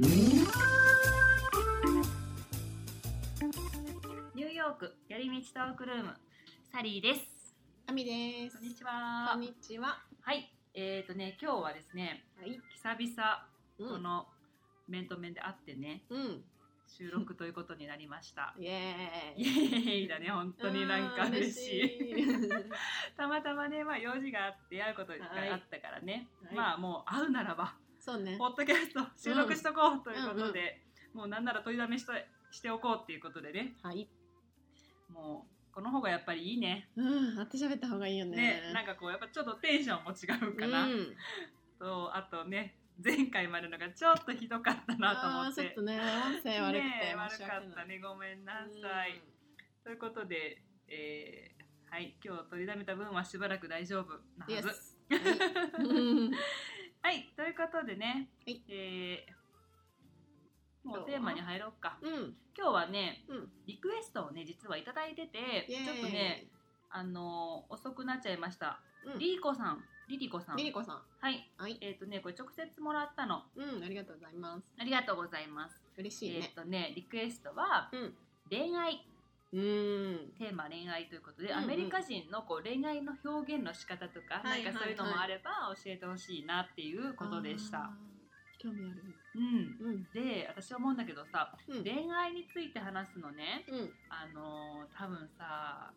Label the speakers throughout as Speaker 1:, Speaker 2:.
Speaker 1: ニューヨーク寄り道トークルームサリーです。
Speaker 2: あみです
Speaker 1: こんにちは。
Speaker 2: にちは。
Speaker 1: はい。えっ、とね今日はですね
Speaker 2: はい。
Speaker 1: 久々
Speaker 2: う
Speaker 1: こ
Speaker 2: ん。
Speaker 1: の面と面で会ってね
Speaker 2: うん。
Speaker 1: 収録ということになりま した。
Speaker 2: イエー
Speaker 1: イエ
Speaker 2: イ。
Speaker 1: ーイだね本当になんか嬉しい。たまたまねまあ用事があって会うことが
Speaker 2: はい
Speaker 1: あったからね、
Speaker 2: はい
Speaker 1: まあもう会うならば
Speaker 2: そうね
Speaker 1: ポ。ッドキャスト収録しとこうということで、もうなんなら取りだめしとしておこうっていうことでね
Speaker 2: はい。
Speaker 1: もうこの方がやっぱりいいね。
Speaker 2: うん。あって喋った方がいいよね。
Speaker 1: ね、なんかこうやっぱちょっとテンションも違うかな、
Speaker 2: うん。
Speaker 1: とあとね前回までのがちょっとひどかったなと思
Speaker 2: あー
Speaker 1: っ
Speaker 2: ち
Speaker 1: て
Speaker 2: ょっとね、音声悪くて
Speaker 1: ね
Speaker 2: 申
Speaker 1: 悪
Speaker 2: し
Speaker 1: か
Speaker 2: 訳ない。
Speaker 1: ったねごめんなさい、ということで、えーはい今日取りだめた分はしばらく大丈夫なは
Speaker 2: うん。イエ
Speaker 1: ず
Speaker 2: ス。はいうん
Speaker 1: はい、ということでね、
Speaker 2: はい
Speaker 1: えーも
Speaker 2: 今日
Speaker 1: う
Speaker 2: は
Speaker 1: テーマに入ろうか。
Speaker 2: うん。
Speaker 1: 今日はね、
Speaker 2: うん
Speaker 1: リクエストをね、実はいただいてて、
Speaker 2: イエーイ
Speaker 1: ちょっとね、。あのー遅くなっちゃいました。
Speaker 2: うん
Speaker 1: リリコさん、リリコさん。
Speaker 2: ミリコさん。
Speaker 1: はい、
Speaker 2: はい。
Speaker 1: えっ、とね、これ直接もらったの。
Speaker 2: うん。ありがとうございます。
Speaker 1: ありがとうございます。
Speaker 2: 嬉しい
Speaker 1: えっ、
Speaker 2: ね。
Speaker 1: とね、リクエストは、
Speaker 2: うん。
Speaker 1: 恋愛、
Speaker 2: うん。
Speaker 1: テーマ恋愛ということで、
Speaker 2: うんうん
Speaker 1: アメリカ人のこう恋愛の表現の仕方とか、
Speaker 2: はい
Speaker 1: なんかそういうのもあれば教えてほしいなっていうことでした。
Speaker 2: あー。興味ある。
Speaker 1: うん。
Speaker 2: うん。
Speaker 1: で私思うんだけどさ
Speaker 2: うん。
Speaker 1: 恋愛について話すのね
Speaker 2: うん。
Speaker 1: あのー多分さ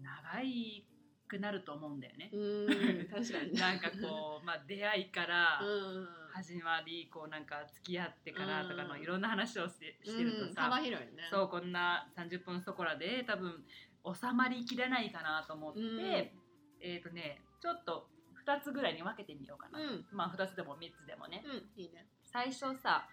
Speaker 1: 長いくなると思うんだよね
Speaker 2: う、ん。確かにね。
Speaker 1: なんかこう、 まあ、出会いから
Speaker 2: うん。
Speaker 1: 始まりこうなんか付き合ってからとかの
Speaker 2: うん
Speaker 1: いろんな話をしてしてる
Speaker 2: う
Speaker 1: と
Speaker 2: ん
Speaker 1: さ
Speaker 2: 幅、広いね。
Speaker 1: そうこんな30分そこらで多分収まりきれないかなと思って、
Speaker 2: うん
Speaker 1: えっ、とねちょっと2つぐらいに分けてみようかな、
Speaker 2: うん。
Speaker 1: まあ2つでも3つでもね、
Speaker 2: うん、いいね。
Speaker 1: 最初さ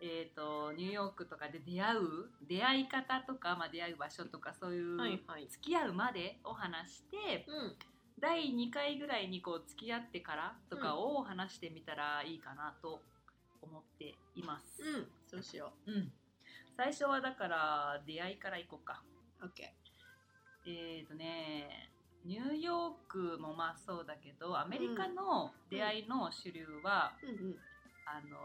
Speaker 1: えー、とニューヨークとかで出会う出会い方とか、まあ、出会う場所とかそういう、
Speaker 2: はい。
Speaker 1: 付き合うまでを話して
Speaker 2: うん、
Speaker 1: 第2回ぐらいにこう付き合ってからとかを話してみたらいいかなと思っています、
Speaker 2: うん、そうしよ
Speaker 1: うん最初はだから出会いから行こうか
Speaker 2: う。オッケ
Speaker 1: えっ、とねニューヨークもまあそうだけどアメリカの出会いの主流は、
Speaker 2: ー。うんうん。
Speaker 1: あの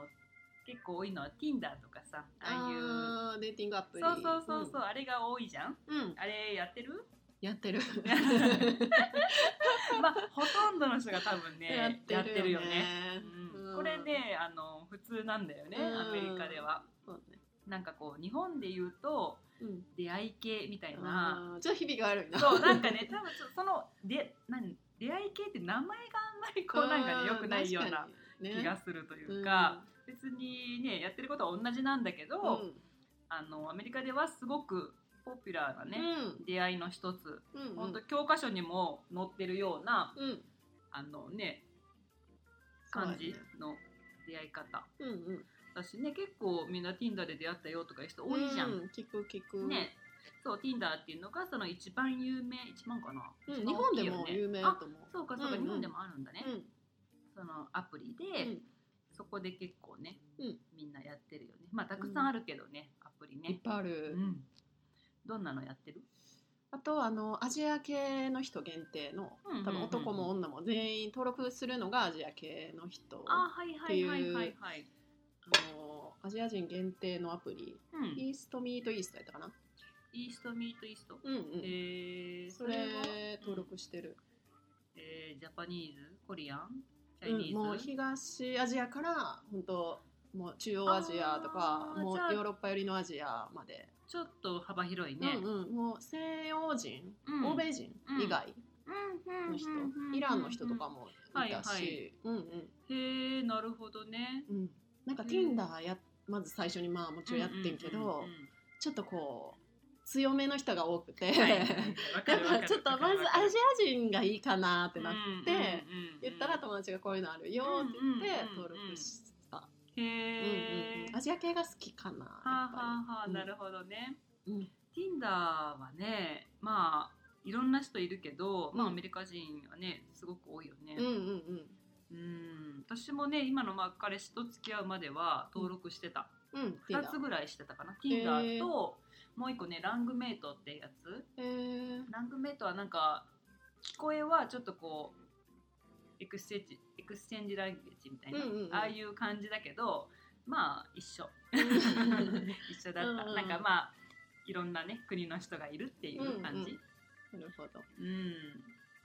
Speaker 1: 結構多いのは Tinder とかさああいう
Speaker 2: あーデーティングアプリ。
Speaker 1: そうそうそうそう、あれが多いじゃん
Speaker 2: うん。うん、
Speaker 1: あれやってる
Speaker 2: やってる。
Speaker 1: まあほとんどの人が多分ねやってるよね、うんこれ。ねあの普通なんだよね、
Speaker 2: うん
Speaker 1: アメリカでは
Speaker 2: そうね。
Speaker 1: なんかこう日本で言うと
Speaker 2: うん。
Speaker 1: 出会い系みたいな、
Speaker 2: あーちょっと響きが悪いな。
Speaker 1: そうなんかね多分ちょそのでなん出会い系って名前があんまりこうなんかね良くないような気がするというか、別にねやってることは同じなんだけど、
Speaker 2: うん。
Speaker 1: あのアメリカではすごくポピュラーな
Speaker 2: う
Speaker 1: ね、
Speaker 2: ん。
Speaker 1: 出会いの一つ
Speaker 2: うん。
Speaker 1: 本当教科書にも載ってるような
Speaker 2: うん。うん。
Speaker 1: あのね
Speaker 2: そうだ
Speaker 1: 感
Speaker 2: ね
Speaker 1: じの出会い方
Speaker 2: うんうん。
Speaker 1: だしね結構みんな Tinder で出会ったよとかいう人多いじゃ、。
Speaker 2: うん聞く聞く。
Speaker 1: ね。そう Tinder っていうのがその一番有名一番かな、
Speaker 2: うん。
Speaker 1: 一
Speaker 2: 日
Speaker 1: 番大
Speaker 2: 本
Speaker 1: きい
Speaker 2: で
Speaker 1: よね
Speaker 2: も有名だ
Speaker 1: あ
Speaker 2: と思う。
Speaker 1: そうかそうか、
Speaker 2: うんうん
Speaker 1: 日本でもあるんだね、
Speaker 2: うん。
Speaker 1: そのアプリ
Speaker 2: う
Speaker 1: で、
Speaker 2: ん
Speaker 1: そこで結構ね、
Speaker 2: うん
Speaker 1: みんなやってるよねまあたくさんあるけどね、アプリ
Speaker 2: いっ
Speaker 1: ね、
Speaker 2: ぱいあ
Speaker 1: う
Speaker 2: る。
Speaker 1: ん、どんなのやってる
Speaker 2: あとあのアジア系の人限定の
Speaker 1: うんうんうん
Speaker 2: 多分男も女も全員登録するのがアジア系の人
Speaker 1: あ
Speaker 2: あ
Speaker 1: はいはいはいはいはい
Speaker 2: のアジア人限定のアプリ
Speaker 1: うん
Speaker 2: イーストミートイーストやったかな
Speaker 1: イーストミートイースト
Speaker 2: うんう
Speaker 1: え
Speaker 2: ん
Speaker 1: ー、
Speaker 2: それ
Speaker 1: は
Speaker 2: 登録してる、
Speaker 1: えージャパニーズコリアンチャイ
Speaker 2: うん
Speaker 1: ニーズ、
Speaker 2: もう東アジアから本当もう中央アジアとか
Speaker 1: あー
Speaker 2: もう
Speaker 1: じゃあ
Speaker 2: ヨーロッパ寄りのアジアまで、
Speaker 1: ちょっと幅広いね、
Speaker 2: うんうん、もう西洋人、
Speaker 1: うん
Speaker 2: 欧米人以外の人、イランの人とか
Speaker 1: も
Speaker 2: もいたし、うんうん
Speaker 1: へえなるほどね
Speaker 2: うん、なんか
Speaker 1: うん
Speaker 2: Tinder やまず最初にまあもちろんやってんけど、ちょっとこう強めの人が多くて、
Speaker 1: はいはい
Speaker 2: だからちょっとまずアジ
Speaker 1: っ
Speaker 2: ア人がいいかなってなって、言ったら
Speaker 1: と
Speaker 2: 友達がこういうのあるよって言って登録した、
Speaker 1: へ
Speaker 2: うん
Speaker 1: え、
Speaker 2: うんうんアジア系が好きかなやっ
Speaker 1: はあ、はあはあ
Speaker 2: ぱり
Speaker 1: なるほどね、
Speaker 2: うん
Speaker 1: Tinder はねまあいろんな人いるけど、まあ、
Speaker 2: う
Speaker 1: ア
Speaker 2: ん
Speaker 1: メリカ人はねすごく多いよね、
Speaker 2: うんうんうん
Speaker 1: うん私もね今のまあ彼氏と付き合うまでは登録してた、
Speaker 2: うんうん
Speaker 1: 二
Speaker 2: Tinder
Speaker 1: 2つぐらいしてたかな
Speaker 2: へ
Speaker 1: Tinder
Speaker 2: ー
Speaker 1: ともう一個ねラングメイトってやつ
Speaker 2: えー
Speaker 1: ラングメイトはなんか聞こえはちょっとこうエクスチェンジエクスチェンジランゲージみたいな、
Speaker 2: うんうんうん
Speaker 1: ああいう感じだけどまあ一緒 一緒だった、
Speaker 2: うんうん
Speaker 1: なんかまあいろんなね国の人がいるっていう感じ
Speaker 2: なるほど
Speaker 1: うん、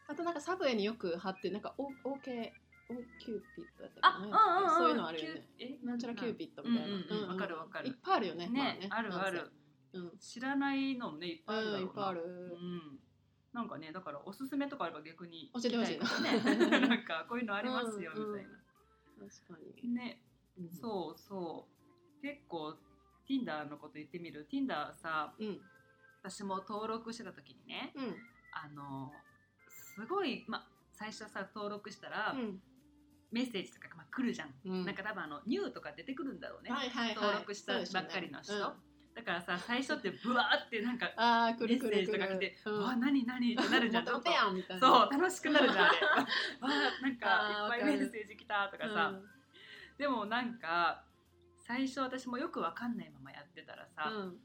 Speaker 2: あとなんかサブウェイによく貼ってなんか O- OK O キューピッドだった
Speaker 1: あ
Speaker 2: か
Speaker 1: うんうん
Speaker 2: な
Speaker 1: うん
Speaker 2: そういうのあるよね
Speaker 1: キューえ
Speaker 2: なんちゃらキューピッドみたいな
Speaker 1: うんうんうんわかるわかる
Speaker 2: いっぱいあるよね
Speaker 1: ね,、
Speaker 2: ま
Speaker 1: あるあ
Speaker 2: なん
Speaker 1: る
Speaker 2: せうん
Speaker 1: 知らないのもねいっぱいあるだ
Speaker 2: うんいっ
Speaker 1: ろう
Speaker 2: ぱい
Speaker 1: な
Speaker 2: ある
Speaker 1: うんなんかねだからおすすめとかあれば逆に
Speaker 2: 教えてほしいな
Speaker 1: 聞きたいですね なんかこういうのありますよみたいな、
Speaker 2: 確かに
Speaker 1: ねそうそう結構 Tinder のこと言ってみる Tinder さ
Speaker 2: うんうん
Speaker 1: 私も登録してた時にね
Speaker 2: うん
Speaker 1: あのすごい、ま、最初さ登録したら、メッセージとか、ま、来るじゃん、
Speaker 2: うん
Speaker 1: なんか多分あのニューとか出てくるんだろうね、
Speaker 2: はいはいはい
Speaker 1: 登録したばっかりの人、だからさ最初ってブワーってなん か
Speaker 2: ああー
Speaker 1: メ
Speaker 2: く
Speaker 1: ッセ
Speaker 2: るく
Speaker 1: ー
Speaker 2: る
Speaker 1: ジ
Speaker 2: く
Speaker 1: と
Speaker 2: る
Speaker 1: か来て「
Speaker 2: うん
Speaker 1: わあ何何?」ってなるじゃんちょ
Speaker 2: 元
Speaker 1: っと
Speaker 2: ペアみたいな
Speaker 1: そう楽しくなるじゃんあれわあなん
Speaker 2: あー
Speaker 1: か
Speaker 2: わ
Speaker 1: い
Speaker 2: か
Speaker 1: っ
Speaker 2: る
Speaker 1: ぱいメッセージ来たとかさ、でもなんか最初私もよくわかんないままやってたらさ、
Speaker 2: うんうん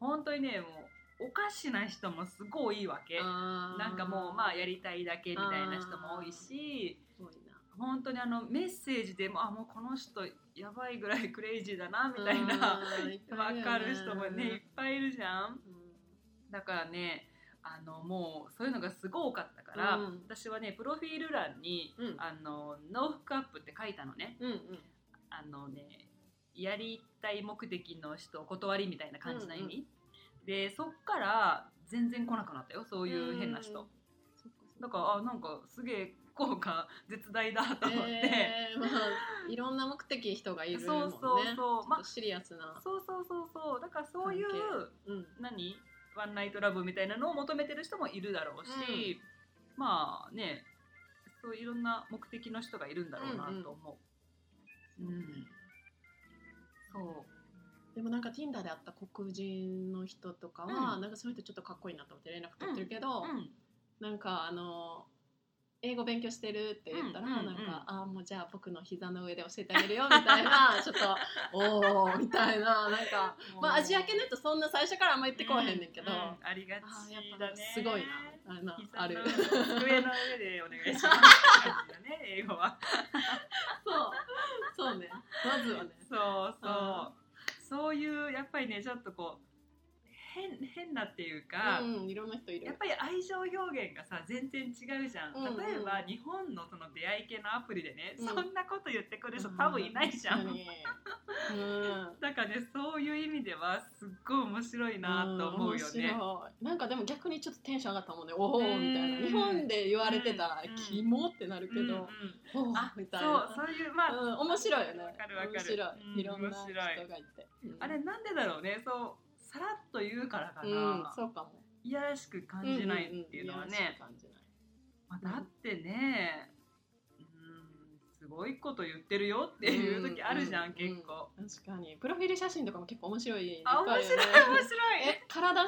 Speaker 1: 本当にねもうおかしな人もすごい多いわけ
Speaker 2: あー
Speaker 1: なんかもうまあやりたいだけみたいな人も多いし
Speaker 2: 多いな
Speaker 1: 本当にあのメッセージでもあもうこの人やばいぐらいクレイジーだなみたいな
Speaker 2: うんいっぱいい
Speaker 1: わ
Speaker 2: よね
Speaker 1: かる人もねいっぱいいるじゃん
Speaker 2: うん
Speaker 1: だからねあのもうそういうのがすごい多かったから、
Speaker 2: うん
Speaker 1: 私はねプロフィール欄に、
Speaker 2: うん
Speaker 1: あのノーフックアップって書いたのね、
Speaker 2: うんうん
Speaker 1: あのねやりたい目的の人お断りみたいな感じの意味、
Speaker 2: うんう
Speaker 1: でそっから全然来なくなったよそういう変な人、
Speaker 2: うんそっかそっ
Speaker 1: だからあなんかすげえ効果絶大だと思って、
Speaker 2: えーまあ、いろんな目的人がいるもんね
Speaker 1: そうそうそうま
Speaker 2: ちょっとシリアスな、
Speaker 1: そうそうそうそうだからそういう
Speaker 2: うん、
Speaker 1: 何ワンナイトラブみたいなのを求めてる人もいるだろうし、まあねそういろんな目的の人がいるんだろうなと思う、うんそう
Speaker 2: でもなんか Tinder で会った黒人の人とかは、
Speaker 1: う
Speaker 2: なんかそういう人ちょっとかっこいいなと思って連絡取ってるけど、
Speaker 1: うん
Speaker 2: なんかあの英語勉強してるって言ったら、
Speaker 1: うんうんうん
Speaker 2: なんか、ああもうじゃあ僕の膝の上で教えてあげるよみた いなちょっとおおみたいななんか、まあ、アジア系の人そんな最初からあんま言ってこうへんねんけど、
Speaker 1: うう
Speaker 2: あ
Speaker 1: ありがち
Speaker 2: あやっ
Speaker 1: だ
Speaker 2: ぱ
Speaker 1: ね
Speaker 2: すごいなあの ある
Speaker 1: 膝の机の上でお願いしますって感じだね英語は
Speaker 2: そうそうねまずはね
Speaker 1: そうそう
Speaker 2: あ
Speaker 1: そういうやっぱりねちょっとこう変変なっていうか、
Speaker 2: うん、いろんな人い
Speaker 1: やっ
Speaker 2: る。
Speaker 1: ぱり愛情表現がさ全然違うじゃん、
Speaker 2: うんうん
Speaker 1: 例えば日本のその出会い系のアプリでね、
Speaker 2: うん
Speaker 1: そんなこと言ってくる人多分いないじゃん、
Speaker 2: う確かにうん。
Speaker 1: だからねそういう意味ではすっごい面白いなと思うよね
Speaker 2: ん面白いなんかでも逆にちょっとテンション上がったもんね。おおみたいな。
Speaker 1: うん
Speaker 2: 日本で言われてたら
Speaker 1: うん
Speaker 2: キモってなるけ
Speaker 1: うんう
Speaker 2: ど、
Speaker 1: ん
Speaker 2: おお
Speaker 1: あ
Speaker 2: みたい
Speaker 1: そう
Speaker 2: な。
Speaker 1: そういうまあ、
Speaker 2: うん、面白いよね。
Speaker 1: わかるわかる
Speaker 2: 面白
Speaker 1: うん
Speaker 2: い。いろんな
Speaker 1: 面
Speaker 2: 人
Speaker 1: 白い
Speaker 2: がいて。うん
Speaker 1: あれなんでだろうねそうさらっと言うからかな、
Speaker 2: うん、そうかも。
Speaker 1: いやらしく感じないっていうのはね、
Speaker 2: うんうんうんいやらしい感じない
Speaker 1: まあだってねうんすごいこと言ってるよっていう時あるじゃん、
Speaker 2: うん
Speaker 1: 結構、
Speaker 2: 確かに。プロフィール写真とかも結構面白いのいっぱい
Speaker 1: あ
Speaker 2: あるよ
Speaker 1: 面
Speaker 2: ね。
Speaker 1: 白い面白い
Speaker 2: え、体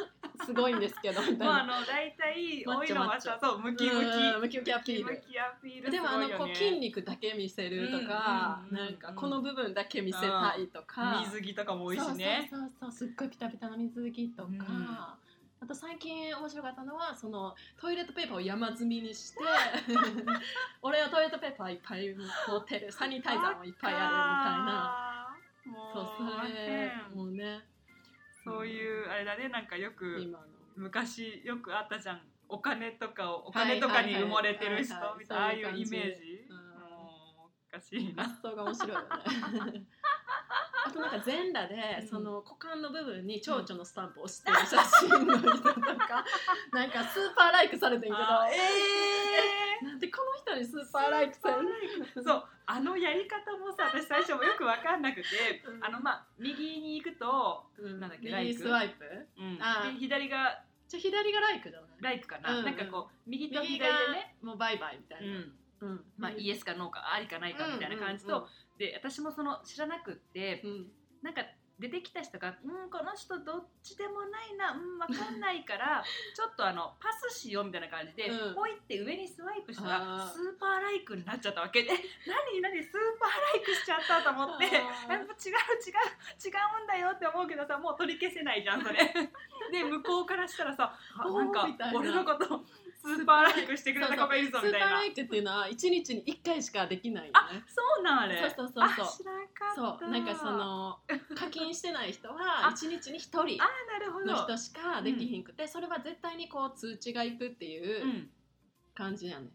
Speaker 2: すごいんですけどみたい
Speaker 1: まああ
Speaker 2: な。
Speaker 1: の大体
Speaker 2: マ
Speaker 1: 多
Speaker 2: ッ
Speaker 1: い
Speaker 2: チョ
Speaker 1: の
Speaker 2: マ
Speaker 1: は
Speaker 2: ッチョ
Speaker 1: さそうムキムキ
Speaker 2: うんムキムキアピール
Speaker 1: ム。キアピールすごいよ、ね、
Speaker 2: でもあのこう筋肉だけ見せるとか、
Speaker 1: うんうんうんうん
Speaker 2: なんかこの部分だけ見せたいとか、
Speaker 1: 水着とかも多いしね
Speaker 2: そうそうそうそうすっごいピタピタの水着とか、
Speaker 1: うん
Speaker 2: あと最近面白かったのはそのトイレットペーパーを山積みにして 俺はトイレットペーパーいっぱい持ってるサニタイザーもいっぱいあ
Speaker 1: るみたい
Speaker 2: るみたい
Speaker 1: もう
Speaker 2: なそうそれもうね
Speaker 1: そういうあれだねなんかよく
Speaker 2: 今の
Speaker 1: 昔よくあったじゃんお金とかをお金とかに埋もれてる人みたいなあ
Speaker 2: は
Speaker 1: あ
Speaker 2: いはいいは
Speaker 1: う
Speaker 2: い
Speaker 1: イメージ
Speaker 2: うん
Speaker 1: もうおかしいな
Speaker 2: 発想が面白いよね あとなんか全裸で、その股間の部分に蝶々のスタンプを押してる写真の人とか なんかスーパーライクされてんけど
Speaker 1: あー
Speaker 2: えー、なんでこの人にスーパーライクされる
Speaker 1: そうあのやり方もさ私最初もよく分かんなくて
Speaker 2: うん
Speaker 1: あのまあ右に行くと、
Speaker 2: うん
Speaker 1: なんだっけライ
Speaker 2: 右
Speaker 1: ク
Speaker 2: スワイプ
Speaker 1: うん
Speaker 2: あー
Speaker 1: で左が
Speaker 2: じゃあ左がライクじゃない
Speaker 1: ライクかな、
Speaker 2: うんうん
Speaker 1: なんかこう右と左
Speaker 2: 右
Speaker 1: で
Speaker 2: が
Speaker 1: ね、
Speaker 2: もうバイバイみた
Speaker 1: う
Speaker 2: いな、
Speaker 1: ん
Speaker 2: うん
Speaker 1: まあ、イエスかノーかありかないかみたいな感じと、で私もその知らなくって
Speaker 2: うんうんうん
Speaker 1: なんか出てきた人が「うんこの人どっちでもないなうん分かんないからちょっとあのパスしよう」みたいな感じで、
Speaker 2: うん
Speaker 1: ポイって上にスワイプしたら
Speaker 2: あー
Speaker 1: スーパーライクになっちゃったわけで「何何スーパーライクしちゃった」と思って。
Speaker 2: あ
Speaker 1: やっぱ違う違
Speaker 2: ー
Speaker 1: う違うんだよって思うけどさもう取り消せないじゃんそれで向こうからしたらさあ
Speaker 2: おー
Speaker 1: なんか
Speaker 2: みたいな
Speaker 1: 俺のことススーパーライクしてくれた子がいるぞ
Speaker 2: ス
Speaker 1: み
Speaker 2: ー
Speaker 1: たい
Speaker 2: パー
Speaker 1: な
Speaker 2: ライクっていうのは一日に一回しかできないよね
Speaker 1: そうなんあれ
Speaker 2: そうそうそうそう
Speaker 1: あ知らんかった
Speaker 2: そうなんかその課金してない人は
Speaker 1: あ
Speaker 2: 一日に一人
Speaker 1: あーなるほど、
Speaker 2: の人しかできひんくて、それは絶対にこう通知がいくっていううん感じやね、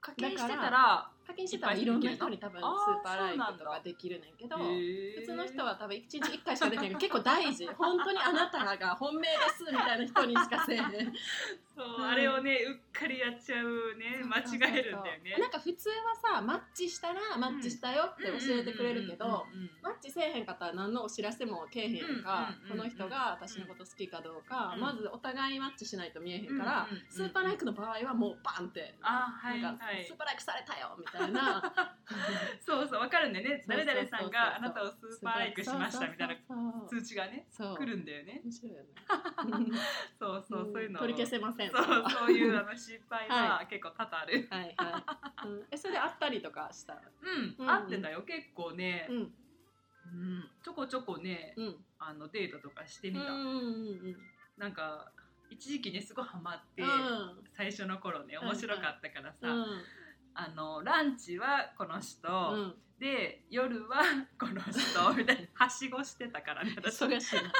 Speaker 1: 課金してた
Speaker 2: だから課金してたらいろんな人に多分ス
Speaker 1: あー
Speaker 2: ーパーライ
Speaker 1: そう
Speaker 2: クと
Speaker 1: な
Speaker 2: か
Speaker 1: んだ
Speaker 2: できるねんけど
Speaker 1: 普
Speaker 2: 普通の人は多分1日1回しかできないから結構大事本当にあなたが本命ですみたいな人にし かせえへん
Speaker 1: そう、
Speaker 2: うん
Speaker 1: あれをねうっかりやっちゃうね間違えるんだよね
Speaker 2: なんか普通はさマッチしたらマッチしたよって教えてくれるけど、
Speaker 1: うんうんうん
Speaker 2: マッチせえへんかったら何のお知らせもけえへんやんか、
Speaker 1: うんうんうん
Speaker 2: この人が私のこと好きかどうか、
Speaker 1: うん
Speaker 2: まずお互いマッチしないと見えへんから、
Speaker 1: うんうんうんうん
Speaker 2: スーパーライクの場合はもうバンって
Speaker 1: あはいは
Speaker 2: なん
Speaker 1: い
Speaker 2: かスーパーライクされたよみたいな
Speaker 1: そうそうわかるんだよね
Speaker 2: そうそう
Speaker 1: 誰
Speaker 2: そうそ
Speaker 1: 々
Speaker 2: う
Speaker 1: さんがあなたをスーパーライクしましたみたいな
Speaker 2: そうそうそう
Speaker 1: 通知がね
Speaker 2: そう
Speaker 1: 来るんだよね
Speaker 2: 面白いよね
Speaker 1: そうそうそういうのを
Speaker 2: 取り消せません
Speaker 1: そう
Speaker 2: は
Speaker 1: そういうあの失敗 は結構多々ある
Speaker 2: いはい、うんえそれで会ったりとかした
Speaker 1: う
Speaker 2: うん
Speaker 1: ん合ってんだよ結構ね
Speaker 2: うん
Speaker 1: うんちょこちょこね
Speaker 2: うん
Speaker 1: あのデートとかして
Speaker 2: うん
Speaker 1: み
Speaker 2: う
Speaker 1: た
Speaker 2: んうん
Speaker 1: なんか一時期ねすごいハマって
Speaker 2: うん
Speaker 1: 最初の頃ね面白かったからさ、
Speaker 2: うん
Speaker 1: あのランチはこの人、
Speaker 2: うん
Speaker 1: で夜はこの人 みたいなはしごしてたからね私そう
Speaker 2: 忙しいな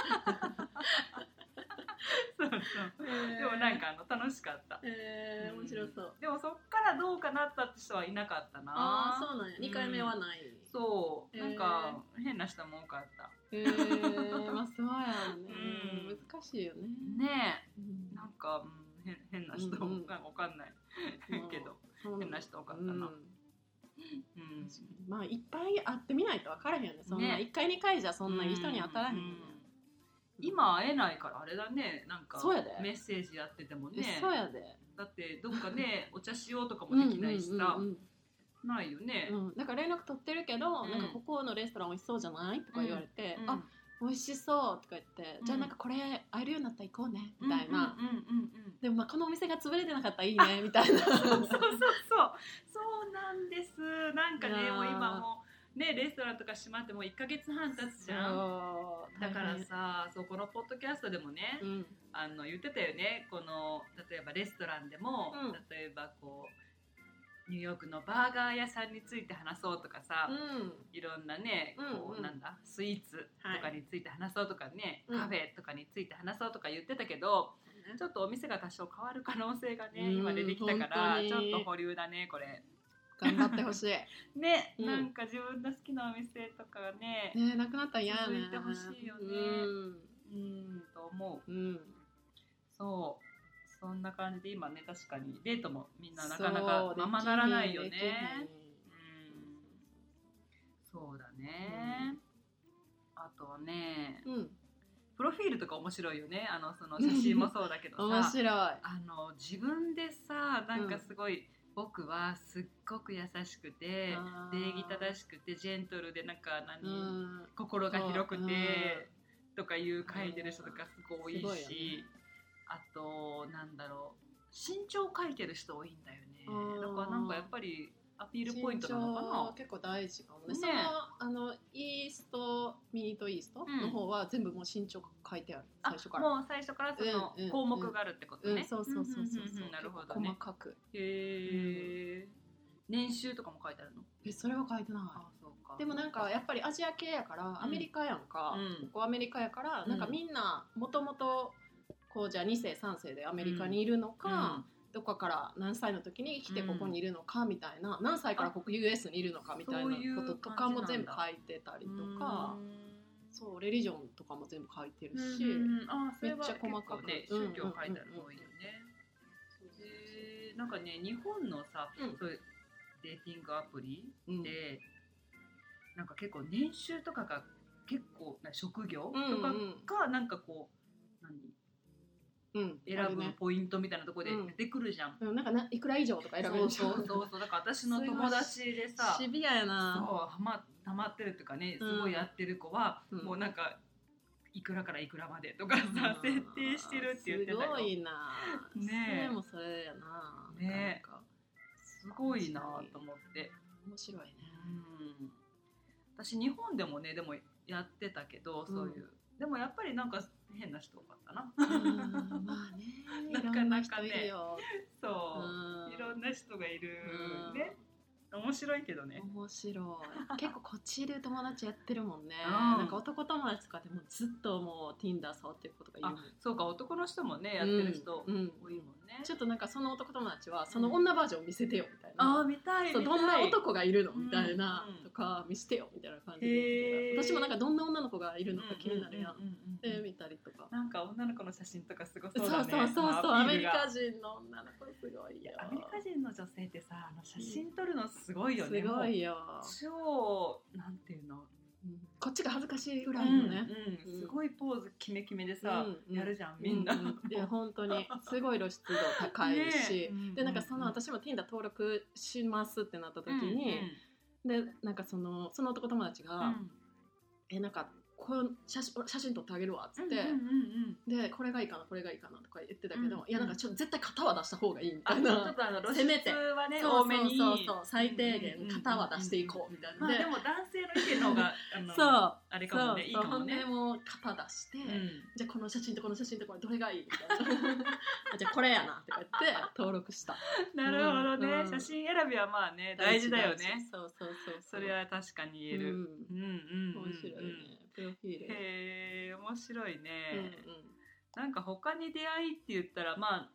Speaker 1: そう でもなんかあの楽しかった
Speaker 2: えー、面白そう。
Speaker 1: でもそっからどうかなったって人はいなかったな
Speaker 2: ああ、そうなんや。
Speaker 1: ん
Speaker 2: 二回目はない。
Speaker 1: そう
Speaker 2: へー
Speaker 1: なんか変な人も多かった
Speaker 2: えー、まあそうやろね
Speaker 1: うん。
Speaker 2: 難しいよね。
Speaker 1: ね
Speaker 2: う
Speaker 1: え
Speaker 2: ん
Speaker 1: なんか、うん、変変な人、
Speaker 2: うんうん
Speaker 1: なんかわかんない けど、
Speaker 2: そう
Speaker 1: 変な人多かったな、
Speaker 2: う
Speaker 1: うんん
Speaker 2: まあいっぱい会ってみないと分からへんよね。そんな
Speaker 1: ね
Speaker 2: 一回二回じゃそんないい人に当たらへんよ
Speaker 1: う
Speaker 2: ね。
Speaker 1: 今会えないからあれだねなんか
Speaker 2: そうやで
Speaker 1: メッセージやってても
Speaker 2: え
Speaker 1: ね
Speaker 2: そうやで。
Speaker 1: だってどっか ねお茶しようとかもできないしさ、
Speaker 2: うんうん
Speaker 1: ないよね、
Speaker 2: うんうん。だから連絡取ってるけど、
Speaker 1: うん
Speaker 2: なんかここのレストラン美味しそうじゃないとか言われて、
Speaker 1: うん
Speaker 2: あ美味しそうとか言って、
Speaker 1: うん
Speaker 2: じゃあなんかこれ会えるようになったら行こうねみたいな。
Speaker 1: うんうんうんうんうん
Speaker 2: でもまあこのお店が潰れてなかったらいいねみたいな。
Speaker 1: そうそうそうそうなんですなんか
Speaker 2: い
Speaker 1: ね
Speaker 2: やー
Speaker 1: もう今もうねレストランとか閉まってもう1か月半経つじゃん
Speaker 2: そう
Speaker 1: だから、さそうこのポッドキャストでもね、
Speaker 2: 大変うん、
Speaker 1: あの言ってたよねこの例えばレストランでも、
Speaker 2: うん
Speaker 1: 例えばこうニューヨークのバーガー屋さんについて話そうとかさ、いろんなね、こ
Speaker 2: う
Speaker 1: う
Speaker 2: んうん
Speaker 1: なんだスイーツ
Speaker 2: はい
Speaker 1: とかについて話そうとかね、
Speaker 2: うん
Speaker 1: カフェとかについて話そうとか言ってたけど、ちょっとお店が多少変わる可能性がね、
Speaker 2: うん
Speaker 1: 今出てきたから
Speaker 2: 本当に
Speaker 1: ちょっと保留だねこれ。
Speaker 2: 頑張ってほしい。ね
Speaker 1: ね、
Speaker 2: うん
Speaker 1: なんか自分の好きなお店とかね、
Speaker 2: えなくなったら嫌やね。
Speaker 1: 続いてほしいよねうんと思う。
Speaker 2: うん。うん。
Speaker 1: そうそんな感じで今ね確かにデートもみんななかなかままならないよね
Speaker 2: そうできない
Speaker 1: うんそうだね、あとはね
Speaker 2: うん。
Speaker 1: プロフィールとか面白いよねあのその写真もそうだけど
Speaker 2: 面
Speaker 1: さ
Speaker 2: 白い。
Speaker 1: あの自分でさなんかすごい、僕はすっごく優しくて
Speaker 2: あ
Speaker 1: 礼
Speaker 2: ー
Speaker 1: 儀正しくてジェントルでなんか
Speaker 2: う
Speaker 1: 何、
Speaker 2: ん。
Speaker 1: 心が広く
Speaker 2: そうう
Speaker 1: て
Speaker 2: ん
Speaker 1: とかいう書いてる人とかすごい
Speaker 2: すご
Speaker 1: 多い
Speaker 2: いよね
Speaker 1: しあとなんだろう身長書いてる人多いんだよ
Speaker 2: あ
Speaker 1: ね
Speaker 2: ー
Speaker 1: だからなんかやっぱりアピールポイントなのか
Speaker 2: 身長
Speaker 1: な
Speaker 2: 結構大事かもね。
Speaker 1: ね
Speaker 2: そのあのイーストミートイースト
Speaker 1: うん
Speaker 2: の方は全部もう身長書いてある
Speaker 1: あ
Speaker 2: 最初から。
Speaker 1: もう最初からその
Speaker 2: うんうん
Speaker 1: 項目があるってこと
Speaker 2: う
Speaker 1: ね、
Speaker 2: ん、そうそうそうそうそう。
Speaker 1: んんんんなるほど
Speaker 2: 細
Speaker 1: ね
Speaker 2: かく。
Speaker 1: へえ年収とかも書いてあるの
Speaker 2: えそれは書いてない。
Speaker 1: あそうか
Speaker 2: でもなんかやっぱりアジア系やからアメリカやんか、
Speaker 1: うん
Speaker 2: ここアメリカやから
Speaker 1: うん
Speaker 2: なんかみんなもともとこうじゃあ2世3世でアメリカにいるのか、どこかから何歳の時に来てここにいるのかみたいな、何歳からここ US にいるのかみたいなこととかも
Speaker 1: そうい
Speaker 2: 全
Speaker 1: う感じなん
Speaker 2: 部
Speaker 1: だ
Speaker 2: 書いてたり
Speaker 1: うん
Speaker 2: とかそうレリジョンとかも全部書いてる
Speaker 1: うん
Speaker 2: し、
Speaker 1: うんうんあそれは
Speaker 2: めっちゃ細かく
Speaker 1: 結構ね宗教書いてあるの多いよね、えーなんかね日本のさ、
Speaker 2: うん
Speaker 1: そういうデーティングアプリ
Speaker 2: うん
Speaker 1: で、なんか結構年収とかが結構な職業
Speaker 2: うん
Speaker 1: とか
Speaker 2: うん
Speaker 1: がなんかこう、
Speaker 2: うん、
Speaker 1: 何選ぶ
Speaker 2: ね、
Speaker 1: ポイントみたいなところで
Speaker 2: うん
Speaker 1: 出てくるじゃん。
Speaker 2: うんなんかないくら以上とか選べ
Speaker 1: そ
Speaker 2: る
Speaker 1: う
Speaker 2: でしょ
Speaker 1: そうそうそうだから私の友 達でさ
Speaker 2: シビアや
Speaker 1: そう
Speaker 2: な
Speaker 1: はまたまってるっていうかね
Speaker 2: うん
Speaker 1: すごいやってる子は、
Speaker 2: うん
Speaker 1: もうなんかいくらからいくらまでとかさ、設定してるって言ってたよ
Speaker 2: すごいな
Speaker 1: ねえ
Speaker 2: それもそれやな
Speaker 1: ね
Speaker 2: なんか
Speaker 1: すごいなと思って。
Speaker 2: 面白 いね
Speaker 1: うん私日本でもねでもやってたけどそういうでもやっぱりなんか変な人多かったな
Speaker 2: うんまあね
Speaker 1: なかなかね
Speaker 2: いろんな人いるよ
Speaker 1: そうう、
Speaker 2: ん
Speaker 1: いろんな人がいる
Speaker 2: うん
Speaker 1: ね面白いけどね
Speaker 2: 面白 い結構こっちいる友達やってるもんね、
Speaker 1: うん
Speaker 2: なんか男友達とかでもずっともう Tinder 触ってることがいる
Speaker 1: あそうか男の人もねやってる人
Speaker 2: うんうん
Speaker 1: 多いもんね
Speaker 2: ちょっとなんかその男友達はその女バージョンを見せてよみたい
Speaker 1: あ
Speaker 2: な、
Speaker 1: あ見たい
Speaker 2: そう
Speaker 1: 見
Speaker 2: どん
Speaker 1: た
Speaker 2: ない男がいるのみたいな、
Speaker 1: うんうん
Speaker 2: とか見せてよみたいな感じ
Speaker 1: へ
Speaker 2: で
Speaker 1: ー
Speaker 2: 私もなんかどんな女の子がいるのか気になるやん,、
Speaker 1: うううんうん
Speaker 2: で見たりとか、
Speaker 1: なんか女の子の写真とかすご
Speaker 2: そ
Speaker 1: そうう
Speaker 2: そ
Speaker 1: だ
Speaker 2: う
Speaker 1: ね
Speaker 2: そうそうア
Speaker 1: ア
Speaker 2: メ
Speaker 1: ピー
Speaker 2: リ
Speaker 1: ルが
Speaker 2: カ人の女の子すごいよ
Speaker 1: アメリカ人の女性ってさあの写真撮るのすごいよね
Speaker 2: すごいよ、
Speaker 1: もう超なんていうの
Speaker 2: うんこっちが恥ずかしいぐらいの
Speaker 1: う
Speaker 2: ね、
Speaker 1: ん
Speaker 2: うん
Speaker 1: すごいポーズキメキメでさ、
Speaker 2: うんうん
Speaker 1: やるじゃんみんな、
Speaker 2: うういや本当にすごい露出度高いし、
Speaker 1: ねえ
Speaker 2: でなんかその
Speaker 1: うんうん
Speaker 2: 私も Tinder 登録しますってなった時に、でなんかそのその男友達が「
Speaker 1: うんうん
Speaker 2: えなんかこの写真写真撮ってあげるわ」っつって。
Speaker 1: うんうんうん
Speaker 2: でこれがいいかなこれがいいかなとか言ってたけ
Speaker 1: う
Speaker 2: ど、
Speaker 1: ん
Speaker 2: いやなんかちょっと絶対型は出した方がいいみ
Speaker 1: あ
Speaker 2: たい
Speaker 1: ちょ
Speaker 2: な
Speaker 1: っとあの露
Speaker 2: せ
Speaker 1: 出
Speaker 2: めて
Speaker 1: はね
Speaker 2: そう
Speaker 1: 多めに
Speaker 2: そうそうそう最低限
Speaker 1: うん
Speaker 2: 型は出していこうみたい
Speaker 1: ま
Speaker 2: な
Speaker 1: あで
Speaker 2: で、
Speaker 1: も男性の意見の方 があの
Speaker 2: そう
Speaker 1: あれか
Speaker 2: そ
Speaker 1: も
Speaker 2: う
Speaker 1: ねいい
Speaker 2: そう
Speaker 1: かも
Speaker 2: ほん
Speaker 1: ね
Speaker 2: でもう型出して、
Speaker 1: うん
Speaker 2: じゃあこの写真とこの写真とこれどれがいいみたいな あじゃあこれやなとか言って登録した
Speaker 1: なるほどね、
Speaker 2: うん
Speaker 1: 写真選びはまあね大事だよ
Speaker 2: 大
Speaker 1: ね
Speaker 2: 事そうそうそう
Speaker 1: それは確かに言える、
Speaker 2: う
Speaker 1: う
Speaker 2: ん
Speaker 1: ん、うんうんうん
Speaker 2: 面白いねプロフィール、
Speaker 1: へえ面白いね、
Speaker 2: う
Speaker 1: なんか他に出会いって言ったらまあ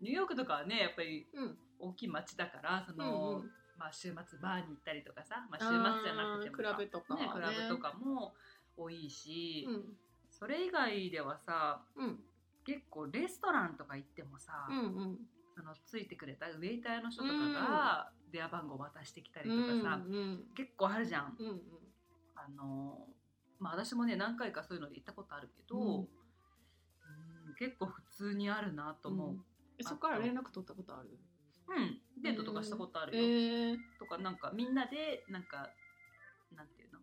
Speaker 1: ニューヨークとかはねやっぱり
Speaker 2: んうんうん
Speaker 1: 大きい街だからその、
Speaker 2: うんうん
Speaker 1: まあ、週末バーに行ったりとかさ、まあ、週
Speaker 2: あー
Speaker 1: 末じゃなくてもさ
Speaker 2: クラブとか
Speaker 1: ね、クラブと
Speaker 2: か
Speaker 1: かも多いし、
Speaker 2: うん
Speaker 1: それ以外ではさ
Speaker 2: うん
Speaker 1: 結構レストランとか行ってもさ、
Speaker 2: うんうん
Speaker 1: そのついてくれたウェイターの人とかが電話番号渡してきたりとかさ、
Speaker 2: うんうん
Speaker 1: 結構あるじゃん。
Speaker 2: うんうん
Speaker 1: あのまあ、私もね何回かそういうので行ったことあるけど、
Speaker 2: うん
Speaker 1: うん結構普通にあるなと思う。
Speaker 2: えそこから連絡取ったことある
Speaker 1: うん、デートとかしたことある
Speaker 2: え
Speaker 1: よ、
Speaker 2: ー
Speaker 1: とかなんかみんなでなんかなんていうの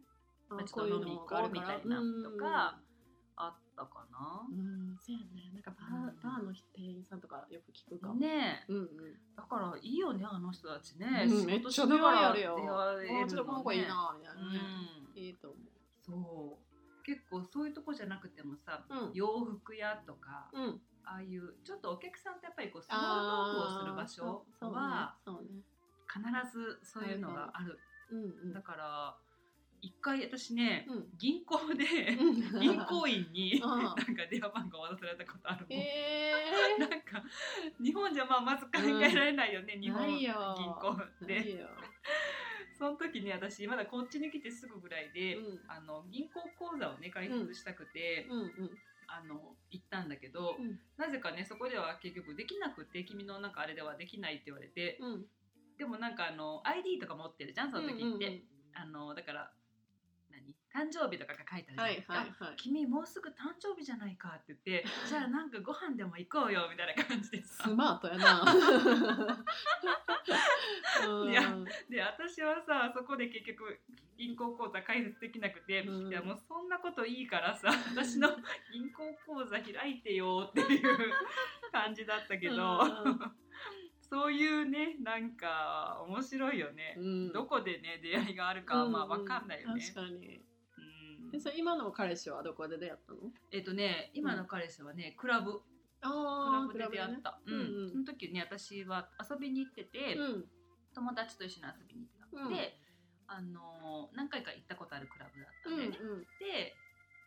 Speaker 2: あ
Speaker 1: まあちょっと飲み行こうみたいなとかあったか
Speaker 2: うんうんそうやねなんかバーバーの店員さんとかよく聞くか
Speaker 1: な、
Speaker 2: も
Speaker 1: ねえ
Speaker 2: うんうん
Speaker 1: だからいいよねあの人たちね、
Speaker 2: うん
Speaker 1: 仕
Speaker 2: めっ
Speaker 1: 事
Speaker 2: ち
Speaker 1: し
Speaker 2: ゃ出
Speaker 1: なが
Speaker 2: 会いあ
Speaker 1: ら
Speaker 2: る
Speaker 1: 出
Speaker 2: よ
Speaker 1: 会えるの、ね、
Speaker 2: あちょっとこの子いいなみたいうなね
Speaker 1: ん
Speaker 2: いいと思う
Speaker 1: そう結構そういうとこじゃなくてもさ
Speaker 2: うん
Speaker 1: 洋服屋とか、
Speaker 2: うん
Speaker 1: ああいうちょっとお客さんとやっぱりこうスモールトークをする場所
Speaker 2: あーそう
Speaker 1: は
Speaker 2: そうねそうね
Speaker 1: 必ずそういうのがある、
Speaker 2: うんうん
Speaker 1: だから一回私ね、
Speaker 2: うん
Speaker 1: 銀行で、
Speaker 2: うん
Speaker 1: 銀行員に
Speaker 2: うん
Speaker 1: なんか電話番号渡されたことあるもん、
Speaker 2: え
Speaker 1: なんか日本じゃまあまず考えられないよね、日本
Speaker 2: な
Speaker 1: 銀
Speaker 2: いよ
Speaker 1: 行
Speaker 2: ー、
Speaker 1: で
Speaker 2: ないよ
Speaker 1: その時に私まだこっちに来てすぐぐらいで、あの銀行口座をね開設したくて、
Speaker 2: うんうんうん
Speaker 1: あの行ったんだけど、
Speaker 2: うん
Speaker 1: なぜかねそこでは結局できなくて君のなんかあれではできないって言われて、
Speaker 2: うん
Speaker 1: でもなんかあの ID とか持ってるじゃんその時って、あのだから何誕生日とかが書いてあるじゃ
Speaker 2: は
Speaker 1: ない
Speaker 2: い
Speaker 1: ですか、
Speaker 2: はいはい
Speaker 1: 君もうすぐ誕生日じゃないかって言ってじゃあなんかご飯でも行こうよみたいな感じで
Speaker 2: ス
Speaker 1: さ
Speaker 2: マートやなうん
Speaker 1: いやで私はさそこで結局銀行口座開設できなくて、
Speaker 2: うん
Speaker 1: いやもうそんなこといいからさ私の銀行口座開いてよっていう感じだったけど、
Speaker 2: うん
Speaker 1: そういうねなんか面白いよね、
Speaker 2: うん
Speaker 1: どこでね出会いがあるかはまあ分かんないよね。
Speaker 2: 確かに
Speaker 1: う
Speaker 2: え
Speaker 1: ん
Speaker 2: それ今の彼氏はどこで出会ったの
Speaker 1: えっとね今の彼氏はねクラブ
Speaker 2: あ
Speaker 1: クラブで出会った、
Speaker 2: ブね
Speaker 1: うん
Speaker 2: うんうん
Speaker 1: その時ね私は遊びに行ってて、
Speaker 2: うん
Speaker 1: 友達と一緒に遊びに行ってたので、あのー何回か行ったことあるクラブだった
Speaker 2: うんん
Speaker 1: だ
Speaker 2: う
Speaker 1: よ
Speaker 2: ん
Speaker 1: ね、で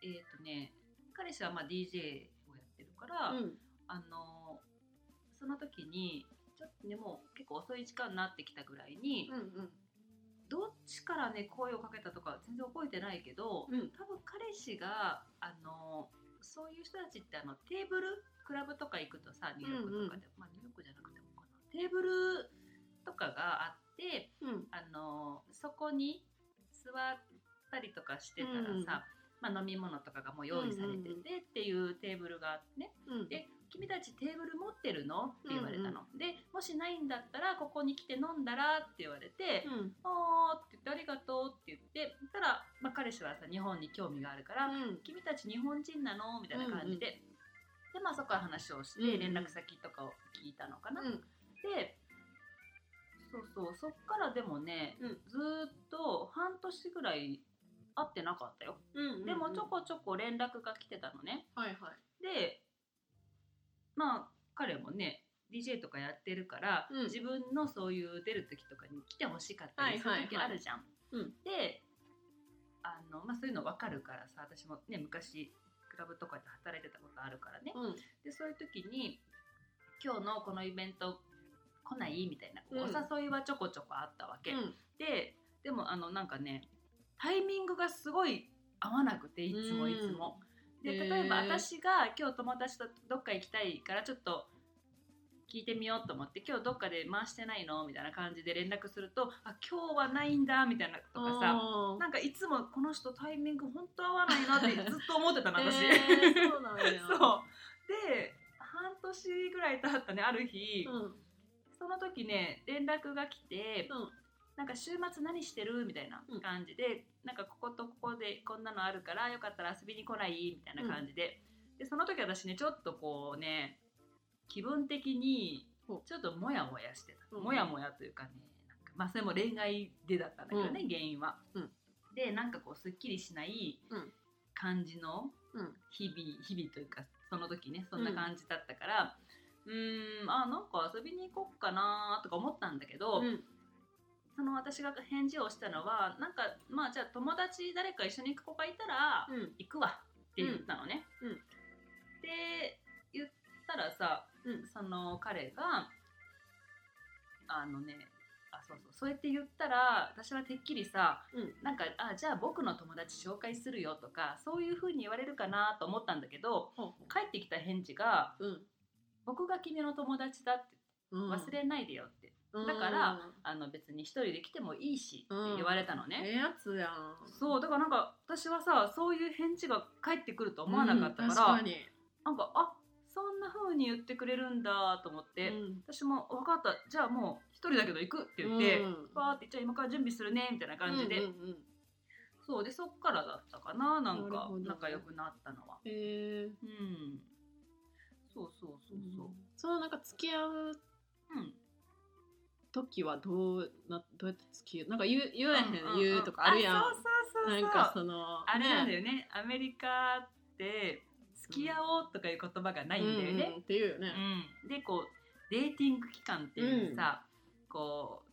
Speaker 1: えっ、とね彼氏はまあ DJ をやってるから、
Speaker 2: うん
Speaker 1: あのーその時にちょっとねもう結構遅い時間になってきたぐらいに、
Speaker 2: うんうん
Speaker 1: どっちからね声をかけたとかは全然覚えてないけど、
Speaker 2: うん
Speaker 1: 多分彼氏があのそういう人たちってあのテーブルクラブとか行くとさニューヨークとかで、まあ、ニューヨークじゃなくてもかなテーブルとかがあって
Speaker 2: うん
Speaker 1: あのそこに座ったりとかしてたらさ、まあ、飲み物とかがもう用意されて
Speaker 2: うんうんうん
Speaker 1: てっていうテーブルがあってね
Speaker 2: うん
Speaker 1: で「君たちテーブル持ってるの?」って言われたの、で「もしないんだったらここに来て飲んだら?」って言われて、
Speaker 2: うん
Speaker 1: あーって言ってありがとうって言ってそしたら、まあ、彼氏はさ日本に興味があるから、
Speaker 2: うん
Speaker 1: 君たち日本人なのみたいな感じで、でまあそこから話をして
Speaker 2: うんうん
Speaker 1: 連絡先とかを聞いたのかな、
Speaker 2: うん
Speaker 1: でそうそうそっからでもね、
Speaker 2: うん
Speaker 1: ずーっと半年ぐらい会ってなかったよ、
Speaker 2: うんうんうん
Speaker 1: でもちょこちょこ連絡が来てたのね
Speaker 2: はいはい
Speaker 1: でまあ彼もね DJ とかやってるから、
Speaker 2: うん
Speaker 1: 自分のそういう出る時とかに来てほしかったりする
Speaker 2: はいはい
Speaker 1: 時
Speaker 2: はい
Speaker 1: あるじゃん。
Speaker 2: うん
Speaker 1: であの、まあ、そういうの分かるからさ私もね昔クラブとかで働いてたことあるからね。
Speaker 2: うん
Speaker 1: でそういう時に「今日のこのイベント来ない?」みたいなこう
Speaker 2: うん
Speaker 1: お誘いはちょこちょこあったわけ。
Speaker 2: うん
Speaker 1: ででもあのなんかねタイミングがすごい合わなくていつもいつも。で
Speaker 2: へー
Speaker 1: 例えば私が今日友達とどっか行きたいからちょっと聞いてみようと思って今日どっかで回してないのみたいな感じで連絡するとあ今日はないんだみたいなとかさ
Speaker 2: あー
Speaker 1: なんかいつもこの人タイミング本当合わないなってずっと思ってたの私、
Speaker 2: えーそうなんや
Speaker 1: そうで半年ぐらい経ったねある日、
Speaker 2: うん
Speaker 1: その時ね連絡が来て、
Speaker 2: うん
Speaker 1: なんか週末何してるみたいな
Speaker 2: うん
Speaker 1: 感じで、なんかこことここでこんなのあるからよかったら遊びに来ないみたいな感じで、でその時私ねちょっとこうね気分的に
Speaker 2: ほう
Speaker 1: ちょっとモヤモヤしてた、
Speaker 2: うん
Speaker 1: モヤモヤというかねなんかまあそれも恋愛でだったんだけどね、原因は、
Speaker 2: うん
Speaker 1: でなんかこうすっきりしない
Speaker 2: うん
Speaker 1: 感じの
Speaker 2: うん
Speaker 1: 日々日々というかその時ねそんな感じだったから、うーんあなんか遊びに行こっかなとか思ったんだけど、
Speaker 2: うん
Speaker 1: その私が返事をしたのはなんかまあじゃあ友達誰か一緒に行く子がいたら
Speaker 2: うん
Speaker 1: 行くわって言ったのね。
Speaker 2: うんうん
Speaker 1: で言ったらさ、
Speaker 2: うん
Speaker 1: その彼があのねあそうそうそうやって言ったら私はてっきりさ
Speaker 2: うん
Speaker 1: なんかあじゃあ僕の友達紹介するよとかそういう風に言われるかなと思ったんだけど
Speaker 2: ほうほ
Speaker 1: 返ってきた返事が
Speaker 2: ううん
Speaker 1: 「僕が君の友達だ」って
Speaker 2: う
Speaker 1: 「
Speaker 2: ん
Speaker 1: 忘れないでよ」って、
Speaker 2: うん
Speaker 1: だからあの別に一人で来てもいいしって言われたの
Speaker 2: ええ
Speaker 1: ね、
Speaker 2: やつやん
Speaker 1: そうだからなんか私はさそういう返事が返ってくると思わなかった
Speaker 2: うん
Speaker 1: か
Speaker 2: 確
Speaker 1: ら、
Speaker 2: かに
Speaker 1: なんかあそんな風に言ってくれるんだと思って、
Speaker 2: うん
Speaker 1: 私も「分かったじゃあもう一人だけど行く」って言って。
Speaker 2: うん
Speaker 1: わーってじゃあ今から準備するねみたいな感じで、
Speaker 2: うんうんうん
Speaker 1: そうでそっからだったかななん
Speaker 2: なる
Speaker 1: か
Speaker 2: ほど
Speaker 1: 仲良くなったのは
Speaker 2: へえ
Speaker 1: うんそうそうそうそう
Speaker 2: そのなんか付き合う
Speaker 1: うん
Speaker 2: 時はどうなどうやって付き合うなんか言う言えへん、
Speaker 1: う
Speaker 2: 言うとかあるやん
Speaker 1: そうそうそうそう
Speaker 2: なんかその
Speaker 1: あれなんだ
Speaker 2: ね
Speaker 1: よねアメリカって付き合おうとかいう言葉がないんだよ
Speaker 2: うんう
Speaker 1: ね
Speaker 2: ん、っていうよね
Speaker 1: うん、でこうデーティング期間っていうのさ、こう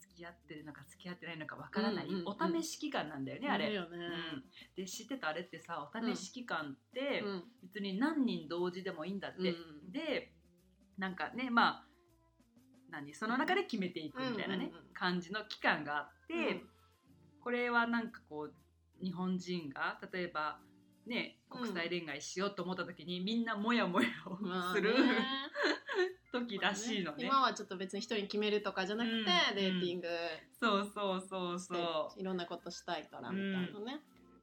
Speaker 1: 付き合ってるのか付き合ってないのかわからない、
Speaker 2: うんうんうん
Speaker 1: お試し期間なんだよねあれ、
Speaker 2: るよね
Speaker 1: うん、で知ってたあれってさお試し期間って
Speaker 2: うん
Speaker 1: 別に何人同時でもいいんだって、
Speaker 2: うん
Speaker 1: でなんかねまあ何その中で決めていくみたいなね、
Speaker 2: うんうんうん
Speaker 1: 感じの期間があって、これはなんかこう日本人が例えばね
Speaker 2: うん
Speaker 1: 国際恋愛しようと思った時に、みんなモヤモヤ
Speaker 2: うんまあ
Speaker 1: を
Speaker 2: ね
Speaker 1: する、時 らしいのね。
Speaker 2: 今はちょっと別に一人に決めるとかじゃなくて、
Speaker 1: うん
Speaker 2: デーティング
Speaker 1: そうそうそう
Speaker 2: して
Speaker 1: そ
Speaker 2: いろんなことしたいからみたいなね、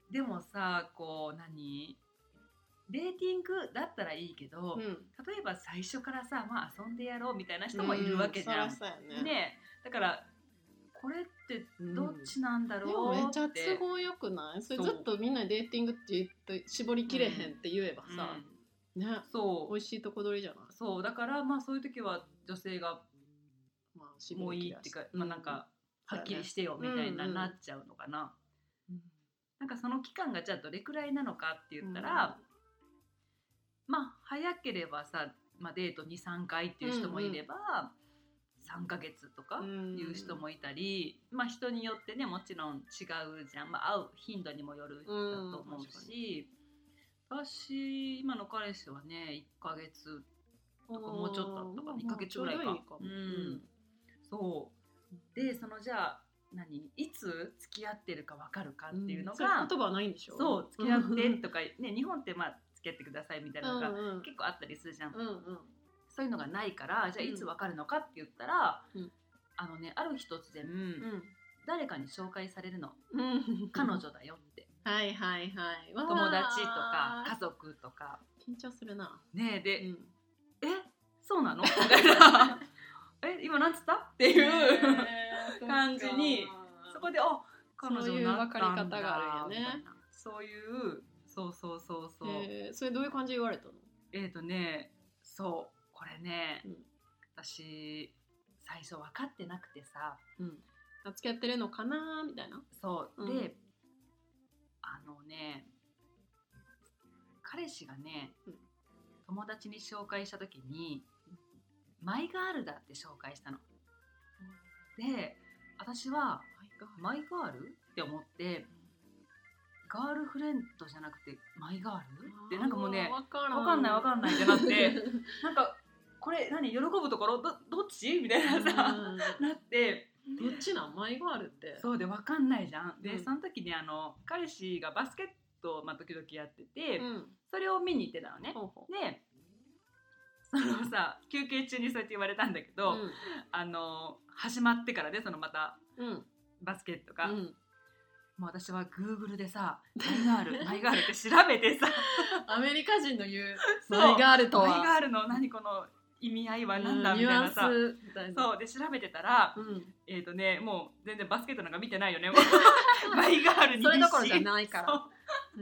Speaker 1: う。でもさこう何デーティングだったらいいけど、
Speaker 2: うん
Speaker 1: 例えば最初からさまあ遊んでやろうみたいな人もいるわけじゃ。
Speaker 2: うんそらそうやね
Speaker 1: ねだからこれってどっちなんだ
Speaker 2: でも
Speaker 1: ろう
Speaker 2: め
Speaker 1: って、
Speaker 2: っちゃ都合よくないそれ
Speaker 1: そう
Speaker 2: ずっとみんなデーティングって言って絞りきれへんって言えばさ、
Speaker 1: う
Speaker 2: ね
Speaker 1: んそう
Speaker 2: 美味しいとこ取りじゃない、
Speaker 1: そうだからまあそういう時は女性が
Speaker 2: まあ、絞
Speaker 1: もう
Speaker 2: り
Speaker 1: い
Speaker 2: き
Speaker 1: い
Speaker 2: れ
Speaker 1: っていうか、まあ、なんかはっきりしてよ
Speaker 2: そう
Speaker 1: み
Speaker 2: やね
Speaker 1: たいな
Speaker 2: うんうん
Speaker 1: なっちゃうのかな、
Speaker 2: うん
Speaker 1: なんかその期間がじゃあどれくらいなのかって言ったら、まあ早ければさ、まあ、デート23回っていう人もいれば、3ヶ月とかいう人もいたり、まあ人によってねもちろん違うじゃん、まあ、会う頻度にもよるだと思うし、私今の彼氏はね1ヶ月
Speaker 2: と
Speaker 1: もうちょっとあったかな1ヶ月ぐらいか
Speaker 2: も
Speaker 1: うんそうでそのじゃあ何いつ付き合ってるか分かるかっていうの
Speaker 2: それ
Speaker 1: が、
Speaker 2: 言葉はないんでしょ
Speaker 1: そう付き合ってとか、ね、日本ってまあ付き合ってくださいみたいなの
Speaker 2: うん
Speaker 1: が
Speaker 2: うん
Speaker 1: 結構あったりするじゃん、
Speaker 2: うんうん
Speaker 1: そういうのがないからじゃあいつ分かるのかって言ったら、
Speaker 2: うん
Speaker 1: あのねある日突然、誰かに紹介されるの
Speaker 2: うんうん
Speaker 1: 彼女だよって、
Speaker 2: はいはいはいわー
Speaker 1: 友達とか家族とか
Speaker 2: 緊張するな、
Speaker 1: ね
Speaker 2: う
Speaker 1: で、
Speaker 2: ん、
Speaker 1: えそう なのみたいなえ今なんつったっていう、感じに そこであ彼女になったんだ
Speaker 2: そういう分かり方があるんや
Speaker 1: み
Speaker 2: ね
Speaker 1: たいなそういうそうそうそうそう
Speaker 2: えーそれどういう感じで言われたの
Speaker 1: えっ、とねそうこれね、
Speaker 2: うん
Speaker 1: 私最初分かってなくてさ
Speaker 2: うん、あ付き合ってるのかなみたいな。
Speaker 1: そう、
Speaker 2: うん
Speaker 1: であのね彼氏がね、
Speaker 2: うん
Speaker 1: 友達に紹介した時に「マイガールだ」って紹介したの。で私は「マイガール?」って思って「ガールフレンドじゃなくてマイガール?」ってなんかもうね
Speaker 2: わから
Speaker 1: わかんないわかんないってな ってなんかこれ何喜ぶところどどっちみたいなさ、なって
Speaker 2: うんどっちなんマイガールって
Speaker 1: そうでわかんないじゃん。で、
Speaker 2: うん
Speaker 1: その時にあの彼氏がバスケットを、まあ、時々やってて、
Speaker 2: うん
Speaker 1: それを見に行ってたのね。
Speaker 2: ほうほ
Speaker 1: でそのさ休憩中にそうやって言われたんだけ
Speaker 2: う
Speaker 1: ど、あの始まってからねそのまた
Speaker 2: うんうん
Speaker 1: バスケットが、
Speaker 2: う
Speaker 1: もうん私はグーグルでさ「マイガ ールマイガール」って調べて さ
Speaker 2: アメリカ人の言う
Speaker 1: そう
Speaker 2: マイガール
Speaker 1: 「
Speaker 2: と
Speaker 1: マイガ
Speaker 2: は
Speaker 1: ールの何この意味合いは
Speaker 2: うん
Speaker 1: 何だ」み
Speaker 2: ニュ
Speaker 1: たい
Speaker 2: ア
Speaker 1: な
Speaker 2: ンス
Speaker 1: さ、
Speaker 2: みたいな
Speaker 1: そうで調べてたら、
Speaker 2: うん
Speaker 1: えっ、とねもう全然バスケットなんか見てない よねもうマイガールに
Speaker 2: それどころじゃ
Speaker 1: い
Speaker 2: ないからうん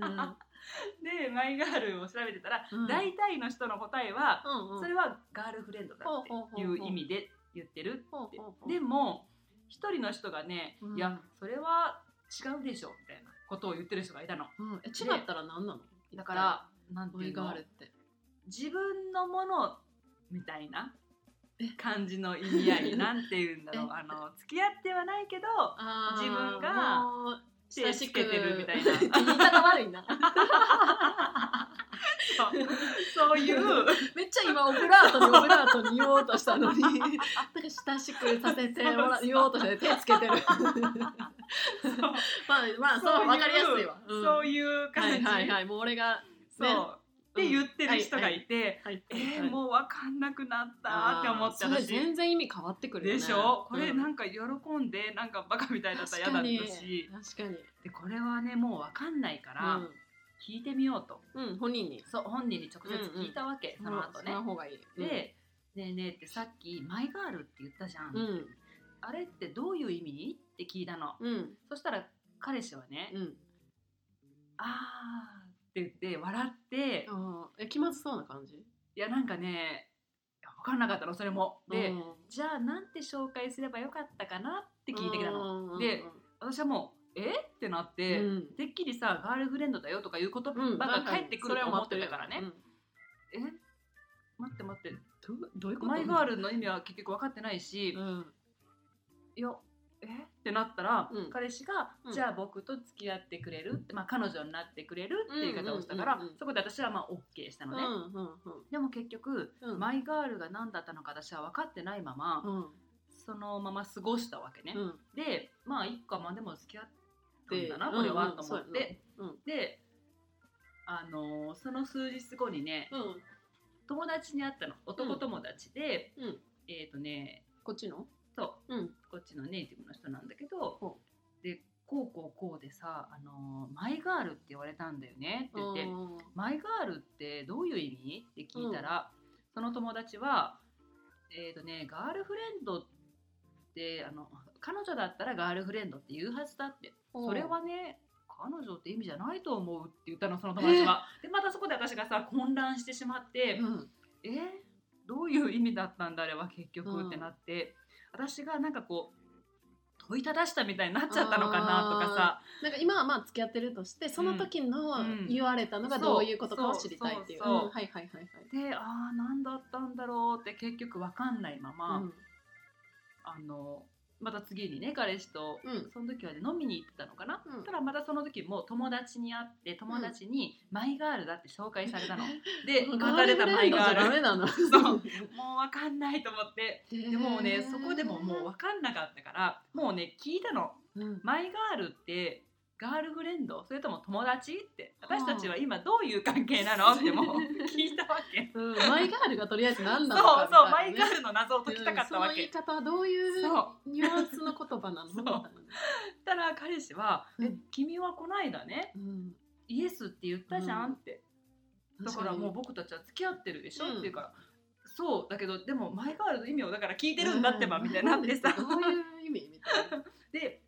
Speaker 1: でマイガールを調べてたら、
Speaker 2: うん
Speaker 1: 大体の人の答えは、
Speaker 2: うんうん
Speaker 1: それはガールフレンドだっていう意味で言ってる
Speaker 2: ほう
Speaker 1: って
Speaker 2: ほうほう
Speaker 1: でも一人の人がね、
Speaker 2: うん
Speaker 1: いやそれは違うでしょみたいなことを言ってる人がいたの
Speaker 2: うんえ違ったら何なの
Speaker 1: だからなんて
Speaker 2: マ
Speaker 1: い
Speaker 2: イ
Speaker 1: うの
Speaker 2: ガールって
Speaker 1: 自分のものみたいな
Speaker 2: え
Speaker 1: 感じの意味合い なんて言うんだろう
Speaker 2: え
Speaker 1: あの付き合ってはないけど
Speaker 2: あー
Speaker 1: 自分が
Speaker 2: もう
Speaker 1: 手つけてるみた いな
Speaker 2: 親しく言い方悪いな
Speaker 1: そうそういう
Speaker 2: めっちゃ今オブラートにオブラートに言おうとしたのになんか親しくさせてもら言おうとして手つけ てる
Speaker 1: そう
Speaker 2: まあまあそ
Speaker 1: そうい
Speaker 2: う
Speaker 1: う
Speaker 2: わかりやすいわ、ん
Speaker 1: そういう感じ、
Speaker 2: はいはいはいもう俺が
Speaker 1: そう、
Speaker 2: ね
Speaker 1: って言ってる人がいて、
Speaker 2: 入って
Speaker 1: えー、
Speaker 2: う
Speaker 1: もう分かんなくなったって思って
Speaker 2: それ
Speaker 1: 私
Speaker 2: 全然意味変わってくるよね
Speaker 1: でしょこれ
Speaker 2: う
Speaker 1: なんか喜んでなんかバカみたいだったら
Speaker 2: 確
Speaker 1: 嫌だ
Speaker 2: か
Speaker 1: った
Speaker 2: に
Speaker 1: し
Speaker 2: 確かに
Speaker 1: でこれはねもう分かんないから聞いてみようと、
Speaker 2: うん、うん、本人に
Speaker 1: そう本人に直接聞いたわけ、その後
Speaker 2: うんその
Speaker 1: ね、
Speaker 2: 方がいい
Speaker 1: で「ねえねえ」ってさっき「マイガール」って言ったじゃん、
Speaker 2: うん
Speaker 1: あれってどういう意味って聞いたの、
Speaker 2: うん
Speaker 1: そしたら彼氏はね「
Speaker 2: うん
Speaker 1: あー」って言って笑って、い
Speaker 2: あーえ気まずそうな感じ
Speaker 1: やなんかね分かんなかったのそれもで、
Speaker 2: うん
Speaker 1: じゃあなんて紹介すればよかったかなって聞いてきたの、
Speaker 2: うんうんうん
Speaker 1: で私はもう「えっ?」てなって、
Speaker 2: うん
Speaker 1: てっきりさガールフレンドだよとかいう言葉
Speaker 2: うん
Speaker 1: が
Speaker 2: 確かに
Speaker 1: 返ってくると思ってたからね、
Speaker 2: うん
Speaker 1: え待って待って
Speaker 2: どどういうこと
Speaker 1: マイガールの意味は結局分かってないし、
Speaker 2: うん
Speaker 1: いやえってなったら、
Speaker 2: うん
Speaker 1: 彼氏が、
Speaker 2: うん
Speaker 1: じゃあ僕と付き合ってくれる、まあ、彼女になってくれるっていう言い方をしたから、
Speaker 2: うんうんうんうん
Speaker 1: そこで私はまあ OK したのね、
Speaker 2: うんうん
Speaker 1: でも結局、
Speaker 2: うん
Speaker 1: マイガールが何だったのか私は分かってないまま、
Speaker 2: うん
Speaker 1: そのまま過ごしたわけね、
Speaker 2: うん
Speaker 1: でまあ一家まあでも付き合ってんだな
Speaker 2: で
Speaker 1: これは、
Speaker 2: うんうん
Speaker 1: と思っ
Speaker 2: そうや
Speaker 1: て、
Speaker 2: なうん
Speaker 1: であのーその数日後にね
Speaker 2: うん
Speaker 1: 友達に会ったの男友達で、
Speaker 2: うん
Speaker 1: えっ、とね
Speaker 2: こっちの
Speaker 1: そう
Speaker 2: うん
Speaker 1: こっちのネイティブの人なんだけど、
Speaker 2: ほ
Speaker 1: でこうこうこうでさ、あのーマイガールって言われたんだよねって言って、
Speaker 2: うん
Speaker 1: マイガールってどういう意味って聞いたら、その友達は、えーとね、ガールフレンドってあの彼女だったらガールフレンドって言うはずだってそれはね彼女って意味じゃないと思うって言ったのその友達は。でまたそこで私がさ混乱してしまって
Speaker 2: う、ん
Speaker 1: えーどういう意味だったんだあれは結局、
Speaker 2: うん
Speaker 1: ってなって私がなんかこう問いただしたみたいになっちゃったのかなとかさ
Speaker 2: なんか今はまあ付き合ってるとしてその時の
Speaker 1: うん
Speaker 2: 言われたのがどういうことかを知りたいっていう
Speaker 1: そうそうそう
Speaker 2: うんはいはいはいはい
Speaker 1: でああ何だったんだろうって結局分かんないまま、あのまた次にね彼氏と、
Speaker 2: うん
Speaker 1: その時はね飲みに行ってたのかな、
Speaker 2: うん
Speaker 1: ただまたその時も友達に会って友達に「マイガールだ」って紹介されたの、 で
Speaker 2: うん
Speaker 1: 語れた「マイガ
Speaker 2: ガ
Speaker 1: ー
Speaker 2: ー
Speaker 1: ル
Speaker 2: ルフレンドじゃダメな の」
Speaker 1: そうもう分かんないと思ってで
Speaker 2: で
Speaker 1: もうねそこでももう分かんなかったからもうね聞いたの
Speaker 2: うん
Speaker 1: マイガールってガールフレンドそれとも友達って私たちは今どういう関係なのってもう聞いたわ け
Speaker 2: うんマイガールがとりあえず何
Speaker 1: そ
Speaker 2: な
Speaker 1: う
Speaker 2: のかみたいなね
Speaker 1: そうマイガールの謎を解きたかったわ
Speaker 2: うんその
Speaker 1: け、
Speaker 2: 言い方はどういう
Speaker 1: そ
Speaker 2: ニュアンスの言葉なの
Speaker 1: そう
Speaker 2: みたいな
Speaker 1: たら彼氏は「
Speaker 2: うん
Speaker 1: え君はこないだね
Speaker 2: うん
Speaker 1: イエスって言ったじゃ
Speaker 2: うん
Speaker 1: ん」って、だからもう僕たちは付き合ってるでしょ、
Speaker 2: うん
Speaker 1: っていうから「そうだけどでもマイガールの意味をだから聞いてるんだってば」みたいになってさ
Speaker 2: どういう意味みたいな
Speaker 1: で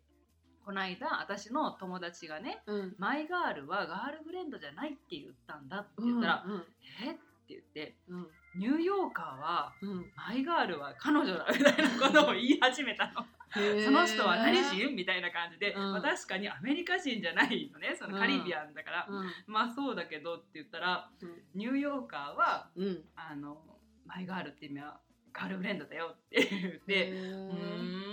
Speaker 1: こないだ私の友達がね
Speaker 2: うん
Speaker 1: 「マイガールはガールフレンドじゃないって言ったんだ」って言ったら「
Speaker 2: うん
Speaker 1: えっ?」て言って
Speaker 2: うん
Speaker 1: 「ニューヨーカーは
Speaker 2: うんうん
Speaker 1: マイガールは彼女だ」みたいなことを言い始めたの。その人は何人みたいな感じで、
Speaker 2: うん
Speaker 1: まあ、確かにアメリカ人じゃないのねそのカリビアンだから、
Speaker 2: うん
Speaker 1: まあそうだけどって言ったらニューヨーカーは
Speaker 2: うん、
Speaker 1: あのマイガールって意味はガールフレンドだよって言って。
Speaker 2: へ
Speaker 1: う
Speaker 2: ー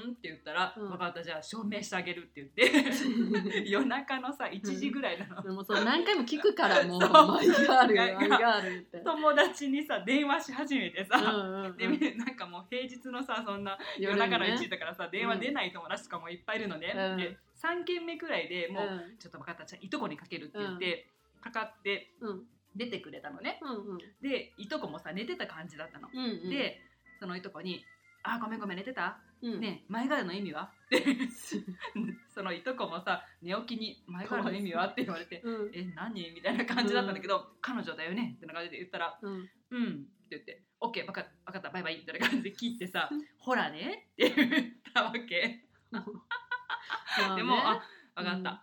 Speaker 1: ーんって言ったら「
Speaker 2: うん
Speaker 1: 分かったじゃあ証明してあげる」って言 って夜中のさ1時ぐらいなの
Speaker 2: でもそう何回も聞くからもう
Speaker 1: そう
Speaker 2: マイガール
Speaker 1: なんか
Speaker 2: マイガールって。
Speaker 1: 友達にさ電話し始めてさ、
Speaker 2: うんうんうん
Speaker 1: でみなんかもう平日のさそんな夜
Speaker 2: 夜にね
Speaker 1: 中の1時だからさ、電話出ない友達とかもいっぱいいるのね、
Speaker 2: うん
Speaker 1: で3件目くらいでもう、
Speaker 2: う
Speaker 1: ちょっと分かったじゃあいとこにかけるって言って、かかって
Speaker 2: んうん
Speaker 1: 出てくれたのね
Speaker 2: うんうん
Speaker 1: でいとこもさ寝てた感じだったの、
Speaker 2: うんうん、
Speaker 1: でそのいとこに「あーごめんごめん寝てた
Speaker 2: うん、
Speaker 1: ねえ前ガールの意味は?」 ってそのいとこもさ寝起きに「前ガールの意味は?」って言われて
Speaker 2: うん
Speaker 1: 「え何?」みたいな感じだったんだけど「彼女だよね」ってな感じで言ったら「
Speaker 2: うん
Speaker 1: うん」って言って「オッケーわかわかったバイバイ」みたいな感じで切ってさ「ほらね」って言ったわけ。でも、あ、分かった。
Speaker 2: うん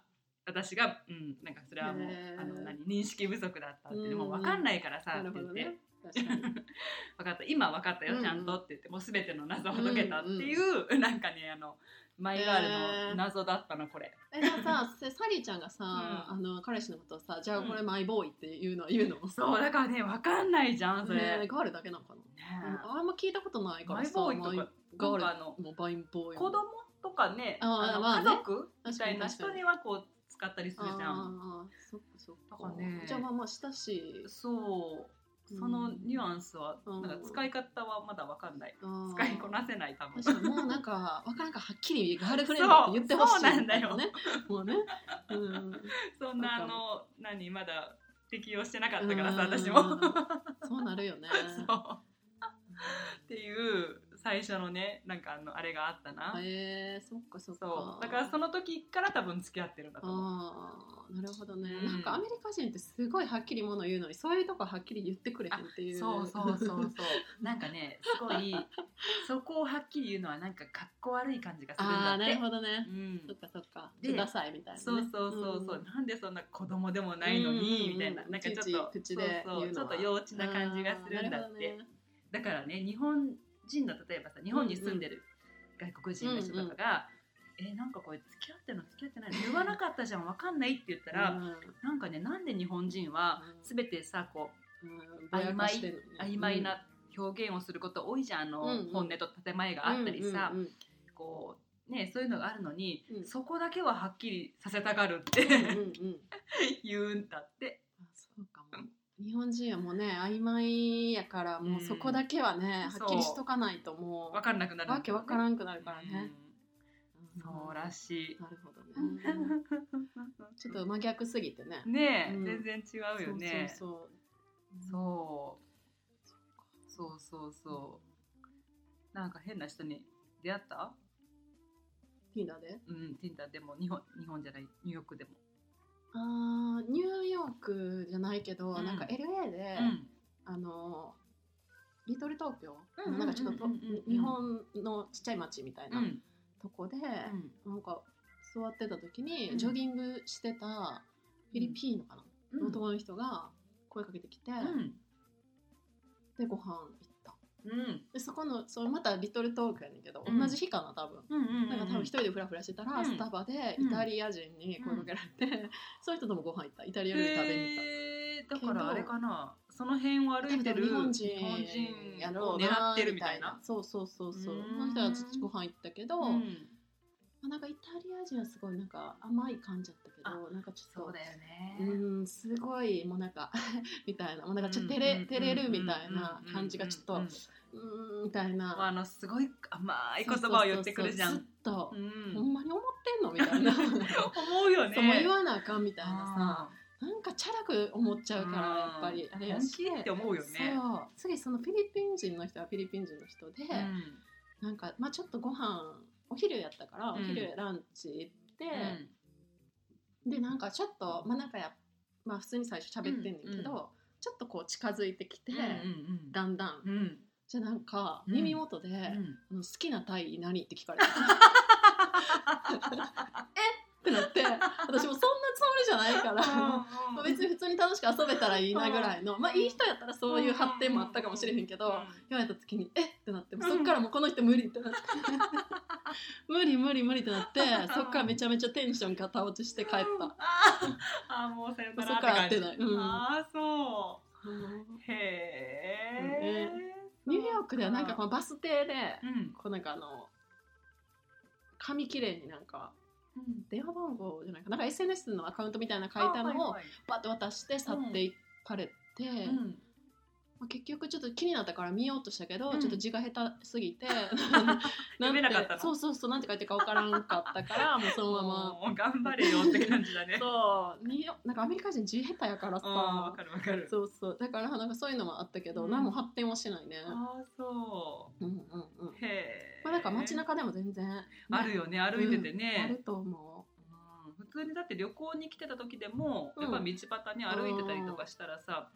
Speaker 1: 私が、うん、なんかそれはもう、
Speaker 2: へー
Speaker 1: あの、何、認識不足だったって、でも、
Speaker 2: うん
Speaker 1: 分かんないからさ、
Speaker 2: な
Speaker 1: って
Speaker 2: るほ
Speaker 1: 言っ
Speaker 2: ど
Speaker 1: て。
Speaker 2: ね。確かに
Speaker 1: 分かった、今分かった
Speaker 2: うん
Speaker 1: よ、
Speaker 2: うん
Speaker 1: ちゃんとって言って、もうすべての謎を解けたっていう、なんかね、あの。マイガールの謎だったの、これ。
Speaker 2: えじゃあさせサリーちゃんがさ、
Speaker 1: うん
Speaker 2: あの彼氏のことをさじゃあこれマイボーイっていうの言うのもさ
Speaker 1: そう、だからね、分かんないじゃん、それ。
Speaker 2: ね
Speaker 1: ね
Speaker 2: ガールだけなのかな。
Speaker 1: え
Speaker 2: あんま聞いたことないか
Speaker 1: マ
Speaker 2: ら
Speaker 1: イ
Speaker 2: さ
Speaker 1: ボーイと
Speaker 2: マイ
Speaker 1: か、
Speaker 2: ガール
Speaker 1: なんかあの
Speaker 2: もうバインボーイ
Speaker 1: 子供とかね、
Speaker 2: あー
Speaker 1: あの
Speaker 2: まあ
Speaker 1: 家
Speaker 2: ね
Speaker 1: 族みた
Speaker 2: 確かに
Speaker 1: いな
Speaker 2: 確か
Speaker 1: 人
Speaker 2: に
Speaker 1: には、こう、使ったりするじゃん。
Speaker 2: あーあーそっかそっ
Speaker 1: だ
Speaker 2: か
Speaker 1: からね
Speaker 2: じゃあまあまあ親しい
Speaker 1: そう、そのニュアンスは、
Speaker 2: うん
Speaker 1: なんか使い方はまだ分かんない。使
Speaker 2: 使
Speaker 1: いこなせない多分。
Speaker 2: 確かにもうなんかわからんからはっきりガールフレンドって言ってほしい
Speaker 1: そうそうなんだよ
Speaker 2: みたいねもうねうん
Speaker 1: そんなあ
Speaker 2: なんか
Speaker 1: の何まだ適用してなかったからさ
Speaker 2: うん
Speaker 1: 私も。
Speaker 2: そうなるよね
Speaker 1: そうっていう最初のねなんかあのあれがあったな。
Speaker 2: へえー、そっかそっか
Speaker 1: そうだからその時から多分付き合ってるんだと思う。
Speaker 2: あーなるほどね、
Speaker 1: うん
Speaker 2: なんかアメリカ人ってすごいはっきりもの言うのにそういうとこはっきり言ってくれへんっていう
Speaker 1: そうそう そうそうなんかねすごいそこをはっきり言うのはなんかかっこ悪い感じがするんだ
Speaker 2: あ
Speaker 1: って
Speaker 2: あなるほどね、
Speaker 1: うん、
Speaker 2: そっかそっか
Speaker 1: で
Speaker 2: くださいみたいな、ね、
Speaker 1: そうそうそうそう、
Speaker 2: ん
Speaker 1: なんでそんな子供でもないのに、
Speaker 2: う
Speaker 1: み
Speaker 2: ん
Speaker 1: たいななんかちょっと
Speaker 2: いちいち口で
Speaker 1: そうそう
Speaker 2: 言
Speaker 1: ち
Speaker 2: うの
Speaker 1: ょ
Speaker 2: は
Speaker 1: っと幼稚な感じがするんだ
Speaker 2: あー
Speaker 1: っ
Speaker 2: な
Speaker 1: て、
Speaker 2: るほどね
Speaker 1: だからね日本人の例えばさ日本に住んでる外国人の人とかが「えなんかこれ付き合ってんの付き合ってないの言わなかったじゃんわかんない」って言ったら、
Speaker 2: うん
Speaker 1: なんかねなんで日本人は全てさこ
Speaker 2: うん
Speaker 1: 曖昧
Speaker 2: ぼやかしてんのね
Speaker 1: う曖昧な表現をすること多いじゃんあの、
Speaker 2: うんうん
Speaker 1: 本音と建前があったりさ、
Speaker 2: うんうんうん
Speaker 1: こうねそういうのがあるのに、
Speaker 2: うん
Speaker 1: そこだけははっきりさせたがるって、
Speaker 2: うんうんうん
Speaker 1: 言うんだって。
Speaker 2: あそうかも日本人はもうね曖昧やからもうそこだけはね、
Speaker 1: うん
Speaker 2: はっきりしとかないともう
Speaker 1: わかんなくなる
Speaker 2: わけわから
Speaker 1: ん
Speaker 2: んくなるからね、
Speaker 1: うんそうら
Speaker 2: し
Speaker 1: しい
Speaker 2: なるほ どねちょっと真逆すぎてね
Speaker 1: ねえ、
Speaker 2: うん
Speaker 1: 全然違うよね
Speaker 2: そうそうそ
Speaker 1: そうそう
Speaker 2: う
Speaker 1: そうそうなんか変な人に出会った
Speaker 2: ティーダで
Speaker 1: うん Tinder でも日本日本じゃないニューヨークでも、
Speaker 2: あーニューヨークじゃないけど、
Speaker 1: うん
Speaker 2: なんか LA で、
Speaker 1: うん
Speaker 2: あのリトル東京、
Speaker 1: うんうんうん
Speaker 2: なんかちょっとと
Speaker 1: うんうんうん
Speaker 2: 日本のちっちゃい町みたいうなんとこで、
Speaker 1: うん
Speaker 2: なんか座ってた時に、
Speaker 1: うん
Speaker 2: ジョギングしてたフィリピーノかな、
Speaker 1: うん
Speaker 2: 男の人が声かけてきて、
Speaker 1: うん
Speaker 2: でご飯行った
Speaker 1: うん
Speaker 2: でそこのそのまたリトル東京やねんけど、
Speaker 1: うん
Speaker 2: 同じ日かな多分。
Speaker 1: うんうん
Speaker 2: なんか多分一人でフラフラしてたら、
Speaker 1: うん
Speaker 2: スタバで
Speaker 1: うん
Speaker 2: イタリア人に声かけられて、 そういう人ともご飯行ったイタリア料理食べに
Speaker 1: へえ
Speaker 2: 行った、
Speaker 1: だからあれかなその辺を歩いてる
Speaker 2: 日本人
Speaker 1: 日本人
Speaker 2: やろ
Speaker 1: を
Speaker 2: う
Speaker 1: 狙
Speaker 2: な
Speaker 1: ってるみたいな
Speaker 2: そうそうそうそう
Speaker 1: うーん
Speaker 2: その人はちょっとご飯行ったけど、
Speaker 1: う
Speaker 2: ま
Speaker 1: ん
Speaker 2: あなんかイタリア人はすごいなんか甘い感じだったけどなんかちょっと
Speaker 1: そうだよね、
Speaker 2: うんすごいもうなんか みたいなもうなんかちょっと照
Speaker 1: うんう
Speaker 2: れ
Speaker 1: ん
Speaker 2: 照れるみた
Speaker 1: うん
Speaker 2: いな
Speaker 1: うんうんうん
Speaker 2: 感じがちょっと
Speaker 1: う
Speaker 2: うんーんみたい
Speaker 1: まああ
Speaker 2: な
Speaker 1: のすごい甘い言葉を言ってくるじゃ
Speaker 2: そうそ
Speaker 1: ん。
Speaker 2: うそう
Speaker 1: う
Speaker 2: ずっと、ほ
Speaker 1: ん
Speaker 2: んまに思ってんのみたいな
Speaker 1: 思うよ ね。
Speaker 2: そうもう言わなあかんみたいな
Speaker 1: あ
Speaker 2: さなんかチャラく思っちゃうから
Speaker 1: うん
Speaker 2: やっぱりあれ
Speaker 1: ー
Speaker 2: や
Speaker 1: 本
Speaker 2: し
Speaker 1: 気って思うよね。
Speaker 2: そう次そのフィリピン人の人はフィリピン人の人で、なんか、まあ、ちょっとご飯お昼やったから、
Speaker 1: うん
Speaker 2: お昼ランチ行って、でなんかちょっとまあなんかやまあ普通に最初喋ってんねんけど、
Speaker 1: うん
Speaker 2: ちょっとこう近づいてきて、
Speaker 1: うんうん
Speaker 2: だんだん、
Speaker 1: うんうん
Speaker 2: じゃあなんか
Speaker 1: うん
Speaker 2: 耳元で、
Speaker 1: うん
Speaker 2: あの好きなタイ何って聞かれたえってなって私もそんなつもりじゃないから
Speaker 1: うん
Speaker 2: 別に普通に楽しく遊べたらいいなぐらいのまあいい人やったらそういう発展もあったかもしれへんけど
Speaker 1: うん
Speaker 2: 言われた時にえっってなってもうそっからもうこの人無理って なって無理無理無理ってなってそっからめちゃめちゃテンションがた落ちして帰っ
Speaker 1: あ
Speaker 2: た
Speaker 1: ーあーもうさよな
Speaker 2: そっ
Speaker 1: ら
Speaker 2: から会
Speaker 1: っ
Speaker 2: ってて
Speaker 1: 感
Speaker 2: ない、
Speaker 1: じ
Speaker 2: うん
Speaker 1: ああそ
Speaker 2: うん
Speaker 1: うへえ
Speaker 2: うんニューヨークではなんかこのバス停で
Speaker 1: うん
Speaker 2: こうなんかあの紙きれいになんか
Speaker 1: うん
Speaker 2: 電話番号じゃないかなんか SNS のアカウントみたいなの書いた
Speaker 1: あ
Speaker 2: のを
Speaker 1: はいはい
Speaker 2: バッて渡して去っていかれて、
Speaker 1: うん
Speaker 2: まあ結局ちょっと気になったから見ようとしたけど、
Speaker 1: うん
Speaker 2: ちょっと字が下手す ぎて
Speaker 1: 読めなかったの
Speaker 2: んてそうそうそうなんて書いてるか分からんかったからもうそのまま
Speaker 1: もう頑張れよって感じだね。
Speaker 2: そうになんかアメリカ人字下手やから
Speaker 1: うんわ
Speaker 2: さ
Speaker 1: かるわかる。
Speaker 2: そうそうだからなんかそういうのもあったけど、
Speaker 1: うん
Speaker 2: 何も発展はしないね、
Speaker 1: ああそう。
Speaker 2: うんうんうんこ
Speaker 1: へえ。
Speaker 2: れなんか街中でも全然、
Speaker 1: あるよね歩いてて
Speaker 2: あ
Speaker 1: ね
Speaker 2: る。と思
Speaker 1: うん普通にだって旅行に来てた時でも、
Speaker 2: うん
Speaker 1: やっぱ道端に歩いてたりとかしたらさ、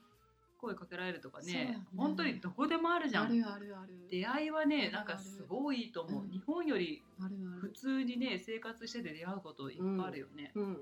Speaker 1: 声かけられるとかね
Speaker 2: そうやね
Speaker 1: 本当にどこでもある
Speaker 2: う
Speaker 1: じゃ
Speaker 2: あ
Speaker 1: ん。
Speaker 2: るあるある
Speaker 1: 出会いは
Speaker 2: あ
Speaker 1: ね
Speaker 2: る
Speaker 1: なんかすごいと思う、
Speaker 2: うん
Speaker 1: 日本より
Speaker 2: あるあ
Speaker 1: 普
Speaker 2: る
Speaker 1: 通にね生活してて出会うこといっぱいあるよね。
Speaker 2: うん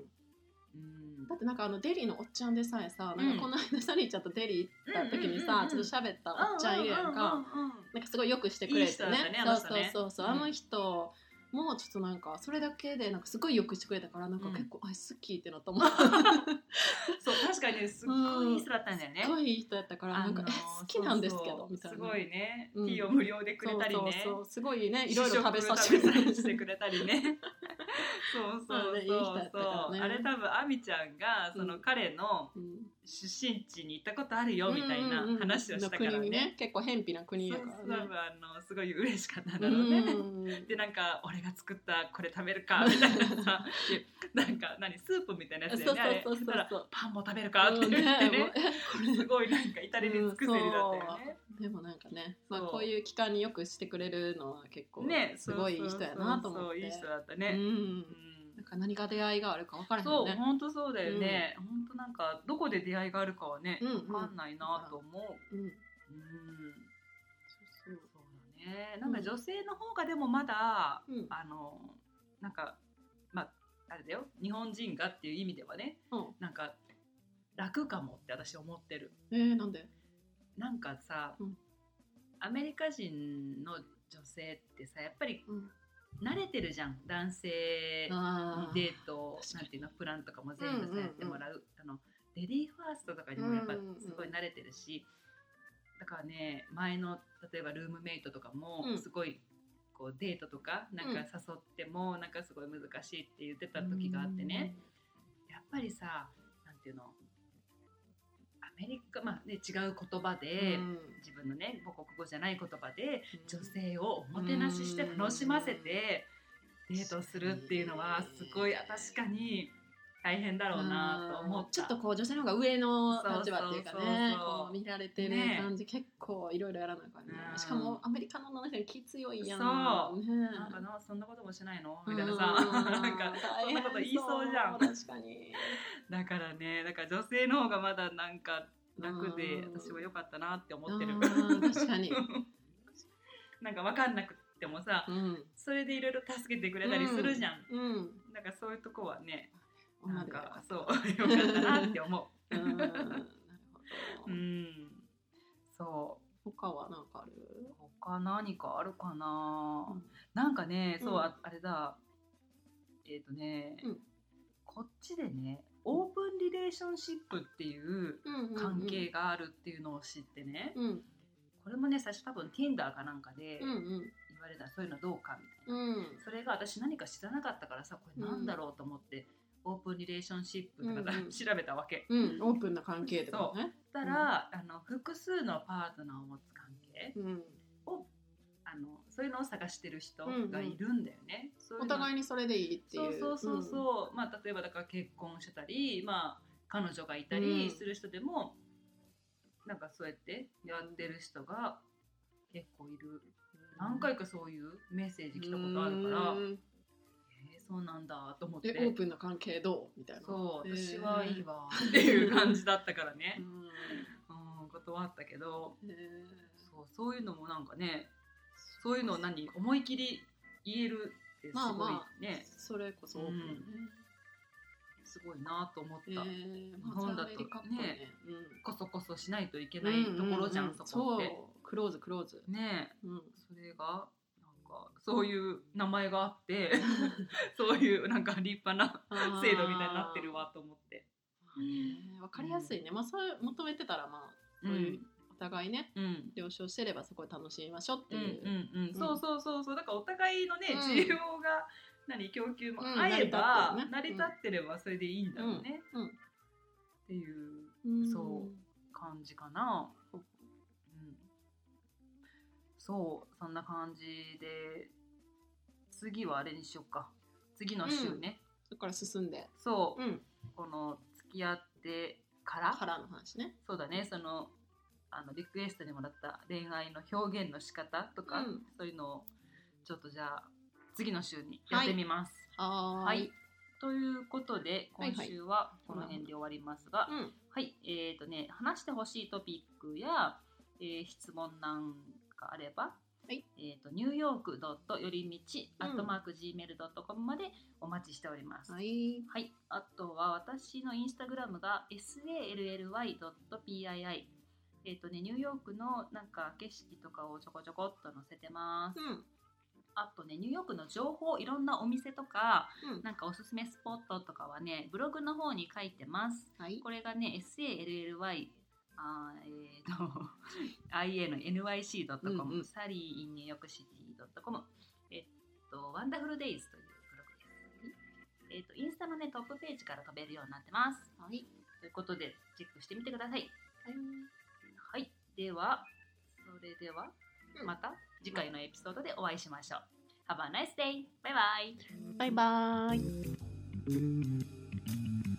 Speaker 1: うん
Speaker 2: だってなんかあのデリーのおっちゃんでさえさ、
Speaker 1: うん
Speaker 2: なんかこの間サリーちゃんとデリー行った時にさ、
Speaker 1: うんうんうんうん
Speaker 2: ちょっと喋ったおっちゃんいるやんか、
Speaker 1: うんうんうんうん
Speaker 2: なんかすごいよくしてくれてね
Speaker 1: いい人だったねあの
Speaker 2: そう
Speaker 1: 人ね
Speaker 2: そうそうそう、
Speaker 1: うん
Speaker 2: あの人もちょっとなんかそれだけでなんかすごいよくしてくれたからなんか結構、あ好きってなったもんす
Speaker 1: そう確かにねすっごいいい人だったんだよね。
Speaker 2: ごいいい人やったからなんか、
Speaker 1: あのー
Speaker 2: え好きなんですけど
Speaker 1: そうそう
Speaker 2: みたいな
Speaker 1: すごいね、
Speaker 2: うん
Speaker 1: ティーを無料でくれたりね
Speaker 2: そうそうそうすごい ねい
Speaker 1: 試食
Speaker 2: ろいろ食べさせてくれ
Speaker 1: 食べ
Speaker 2: る
Speaker 1: させてくれたり ねそうそう
Speaker 2: そうねいい
Speaker 1: そう
Speaker 2: 人だったから
Speaker 1: そう
Speaker 2: ね
Speaker 1: あれ多分アミちゃんがその彼の
Speaker 2: うん
Speaker 1: 出身地に行ったことあるよみたいな話をしたか
Speaker 2: うんうんう
Speaker 1: ら
Speaker 2: んの国に
Speaker 1: ね。
Speaker 2: 結構偏僻な国や
Speaker 1: そう
Speaker 2: か
Speaker 1: そう
Speaker 2: ら
Speaker 1: 多
Speaker 2: ね
Speaker 1: 分あのすごい嬉しかったんだろうね。
Speaker 2: うんうん
Speaker 1: でなんか俺が作ったこれ食べるかみたいな さなんか何スープみたいなやつでねあれ
Speaker 2: そうそうそうそう
Speaker 1: そしたらパンも食べるかって言って
Speaker 2: うんねも
Speaker 1: ね
Speaker 2: うえこれ
Speaker 1: すごいなんか至れり尽くせりだったよね。
Speaker 2: でもなんかね、まあ、
Speaker 1: そう
Speaker 2: こういう期間によくしてくれるのは結構
Speaker 1: ね、
Speaker 2: すごいいい人やなと
Speaker 1: そう
Speaker 2: 思
Speaker 1: そう
Speaker 2: っ
Speaker 1: そうい
Speaker 2: て
Speaker 1: い人だった
Speaker 2: う
Speaker 1: ね。
Speaker 2: ん
Speaker 1: うん
Speaker 2: なんか何が出会いがあるか分からへん
Speaker 1: そ
Speaker 2: よ
Speaker 1: う、
Speaker 2: ね
Speaker 1: 本当そうだよね。本当なんかどこで出会いがあるかはね
Speaker 2: うん、うん
Speaker 1: わかんないなと思う。
Speaker 2: う
Speaker 1: う
Speaker 2: ん
Speaker 1: ん、
Speaker 2: そうそう
Speaker 1: そうだね。なんか女性の方がでもまだ
Speaker 2: うん
Speaker 1: あのなんかまああれだよ、日本人がっていう意味ではね、
Speaker 2: うん
Speaker 1: なんか楽かもって私思ってる。
Speaker 2: えー、なんで
Speaker 1: なんかさ、
Speaker 2: うん
Speaker 1: アメリカ人の女性ってさやっぱり
Speaker 2: うん
Speaker 1: 慣れてるじゃん男性
Speaker 2: あ
Speaker 1: デート
Speaker 2: 確か
Speaker 1: な
Speaker 2: に
Speaker 1: んていうのプランとかも全部
Speaker 2: うんうんう
Speaker 1: さ
Speaker 2: ん
Speaker 1: やってもらう,、あのレディーファーストとかにもやっぱ
Speaker 2: うんうんうん
Speaker 1: すごい慣れてるし、だからね前の例えばルームメイトとかも
Speaker 2: うん
Speaker 1: すごいこうデートとかなんか誘ってもなんかすごい難しいって言ってた
Speaker 2: ー
Speaker 1: 時があってね、やっぱりさなんていうのアメリカまあね違う言葉
Speaker 2: うん
Speaker 1: で、
Speaker 2: うん
Speaker 1: 自分のね母国語じゃない言葉で女性をおもてなしして楽しませてデートするっていうのはすごい
Speaker 2: 確かに
Speaker 1: 確かに大変だろうなと思った
Speaker 2: ちょっとこう女性の方が上の
Speaker 1: そうそう
Speaker 2: 立場っていうかね
Speaker 1: そうそう
Speaker 2: こう見られてる
Speaker 1: ね
Speaker 2: 感じ、結構いろいろやらなあかんね
Speaker 1: うん
Speaker 2: しかもアメリカの女の人気強いやん
Speaker 1: そう
Speaker 2: ね
Speaker 1: なんかなそんなこともしないの
Speaker 2: う
Speaker 1: み
Speaker 2: ん
Speaker 1: たいなさ なんかそんなこと言いそうじゃん
Speaker 2: 大変そう確かに
Speaker 1: だからねだから女性の方がまだなんか楽で
Speaker 2: うん
Speaker 1: 私は良かったなって思ってる
Speaker 2: あー確かに
Speaker 1: なんか分かんなくてもさ
Speaker 2: うん
Speaker 1: それでいろいろ助けてくれたりするじゃん、
Speaker 2: うん
Speaker 1: なんかそういうとこはね
Speaker 2: 女
Speaker 1: なん
Speaker 2: でよか
Speaker 1: か
Speaker 2: った
Speaker 1: そう 良かったなって思
Speaker 2: うんなる
Speaker 1: う
Speaker 2: ほ
Speaker 1: う
Speaker 2: ど
Speaker 1: んそう
Speaker 2: 他は何かある
Speaker 1: 他何かあるかな、
Speaker 2: うん
Speaker 1: なんかねそう、
Speaker 2: うん
Speaker 1: ああれだえっ、とね、
Speaker 2: うん
Speaker 1: こっちでねオープンリレーションシップっていう関係があるっていうのを知ってね、
Speaker 2: うん
Speaker 1: これもね最初多分 Tinder かなんかで
Speaker 2: う
Speaker 1: 言
Speaker 2: ん
Speaker 1: われた、そういうのどうかみたいな、
Speaker 2: うんうん
Speaker 1: それが私何か知らなかったからさこれなんだろうと思って、オープンリレーションシップとか、
Speaker 2: うんうん
Speaker 1: 調べたわけ。
Speaker 2: うん、オープンな関係ってことね。
Speaker 1: そしたら、あの複数のパートナーを持つ関係
Speaker 2: うん、
Speaker 1: をあのそういうのを探してる人がいるんだよね。そう
Speaker 2: お互いにそれでいいっていう。
Speaker 1: そうそうそうそう、まあ例えばだから結婚してたり、まあ彼女がいた
Speaker 2: うん
Speaker 1: りする人でも、なんかそうやってやってる人が結構いる。
Speaker 2: うん
Speaker 1: 何回かそういうメッセージ来たことあるから、
Speaker 2: う
Speaker 1: え
Speaker 2: ん
Speaker 1: ーそうなんだと思って
Speaker 2: で、。オープンな関係どうみたいな。
Speaker 1: そう、
Speaker 2: へー
Speaker 1: 私はいい わっていう感じだったから
Speaker 2: う
Speaker 1: ね。
Speaker 2: ん
Speaker 1: うん、断ったけど。
Speaker 2: へー
Speaker 1: そうそういうのもなんかねそういうのを何思い切り言えるってす
Speaker 2: まあ
Speaker 1: ごい
Speaker 2: まあ
Speaker 1: ね、
Speaker 2: それこそオープンね。
Speaker 1: すごいなと思っ
Speaker 2: え
Speaker 1: た、
Speaker 2: ーま
Speaker 1: 日
Speaker 2: あ
Speaker 1: 本だと
Speaker 2: アメリカっぽいね
Speaker 1: ね
Speaker 2: うん
Speaker 1: こそこそしないといけないところじゃん、
Speaker 2: ううう
Speaker 1: そこって
Speaker 2: そうクローズクローズ、
Speaker 1: ねえ
Speaker 2: うん、
Speaker 1: それがなんかそういう名前があって そういうなんか立派な制度みたいになってるわと思って、
Speaker 2: あーねわかりやすいね、まあそういう求めてたらまあ
Speaker 1: う
Speaker 2: そ
Speaker 1: ん
Speaker 2: ういうお互いね
Speaker 1: うん
Speaker 2: 了承してればそこで楽しみましょうって
Speaker 1: うん
Speaker 2: いう、
Speaker 1: うんうん、そうそうそうそうだからお互いのね、
Speaker 2: うん
Speaker 1: 需要が何供給も
Speaker 2: うん
Speaker 1: 合えば、成
Speaker 2: 成
Speaker 1: り
Speaker 2: り
Speaker 1: 立
Speaker 2: 立
Speaker 1: ってればそれでいいんだろうね、
Speaker 2: うんうん
Speaker 1: っていう
Speaker 2: うん
Speaker 1: そ感じかな、う
Speaker 2: うん
Speaker 1: ん、そうそんな感じで次はあれにしよっか次の週ね、
Speaker 2: だから進んで、
Speaker 1: そう、
Speaker 2: うん、
Speaker 1: この付き合ってから
Speaker 2: からの話ね
Speaker 1: そうだねそのあのリクエストにもらった恋愛の表現の仕方とか、
Speaker 2: うん
Speaker 1: そういうのをちょっとじゃあ次の週にやってみます。
Speaker 2: はー
Speaker 1: はい、ということで
Speaker 2: はい
Speaker 1: 今
Speaker 2: はい
Speaker 1: 週はこの辺で終わりますが、
Speaker 2: うん
Speaker 1: はい、えっ、とね、話してほしいトピックや、えー質問なんかあれば、
Speaker 2: はい
Speaker 1: えっ、と、ニューヨークドットよりみち、
Speaker 2: うん
Speaker 1: アットマーク Gmail.com までお待ちしております。
Speaker 2: は
Speaker 1: はい、
Speaker 2: い
Speaker 1: あとは私のインスタグラムが sally.pii。えっ、とね、ニューヨークのなんか景色とかをちょこちょこっと載せてます。
Speaker 2: うん
Speaker 1: あとね、ニューヨークの情報、いろんなお店とか、
Speaker 2: うん
Speaker 1: なんかおすすめスポットとかはね、ブログの方に書いてます。
Speaker 2: はい
Speaker 1: これがね、SALLY、あ ーえー、と、IA の NYC.com、
Speaker 2: うんうん
Speaker 1: サリー・イン・ニューヨーク・シティ .com、えっと、ワンダフル・デイズというブログです。えっと、インスタのね、トップページから飛べるようになってます。
Speaker 2: はい
Speaker 1: ということで、チェックしてみてください。はい。では、それでは、
Speaker 2: うん
Speaker 1: また次回のエピソードでお会いしましょう。Have a nice day! バイバイ
Speaker 2: バイバイ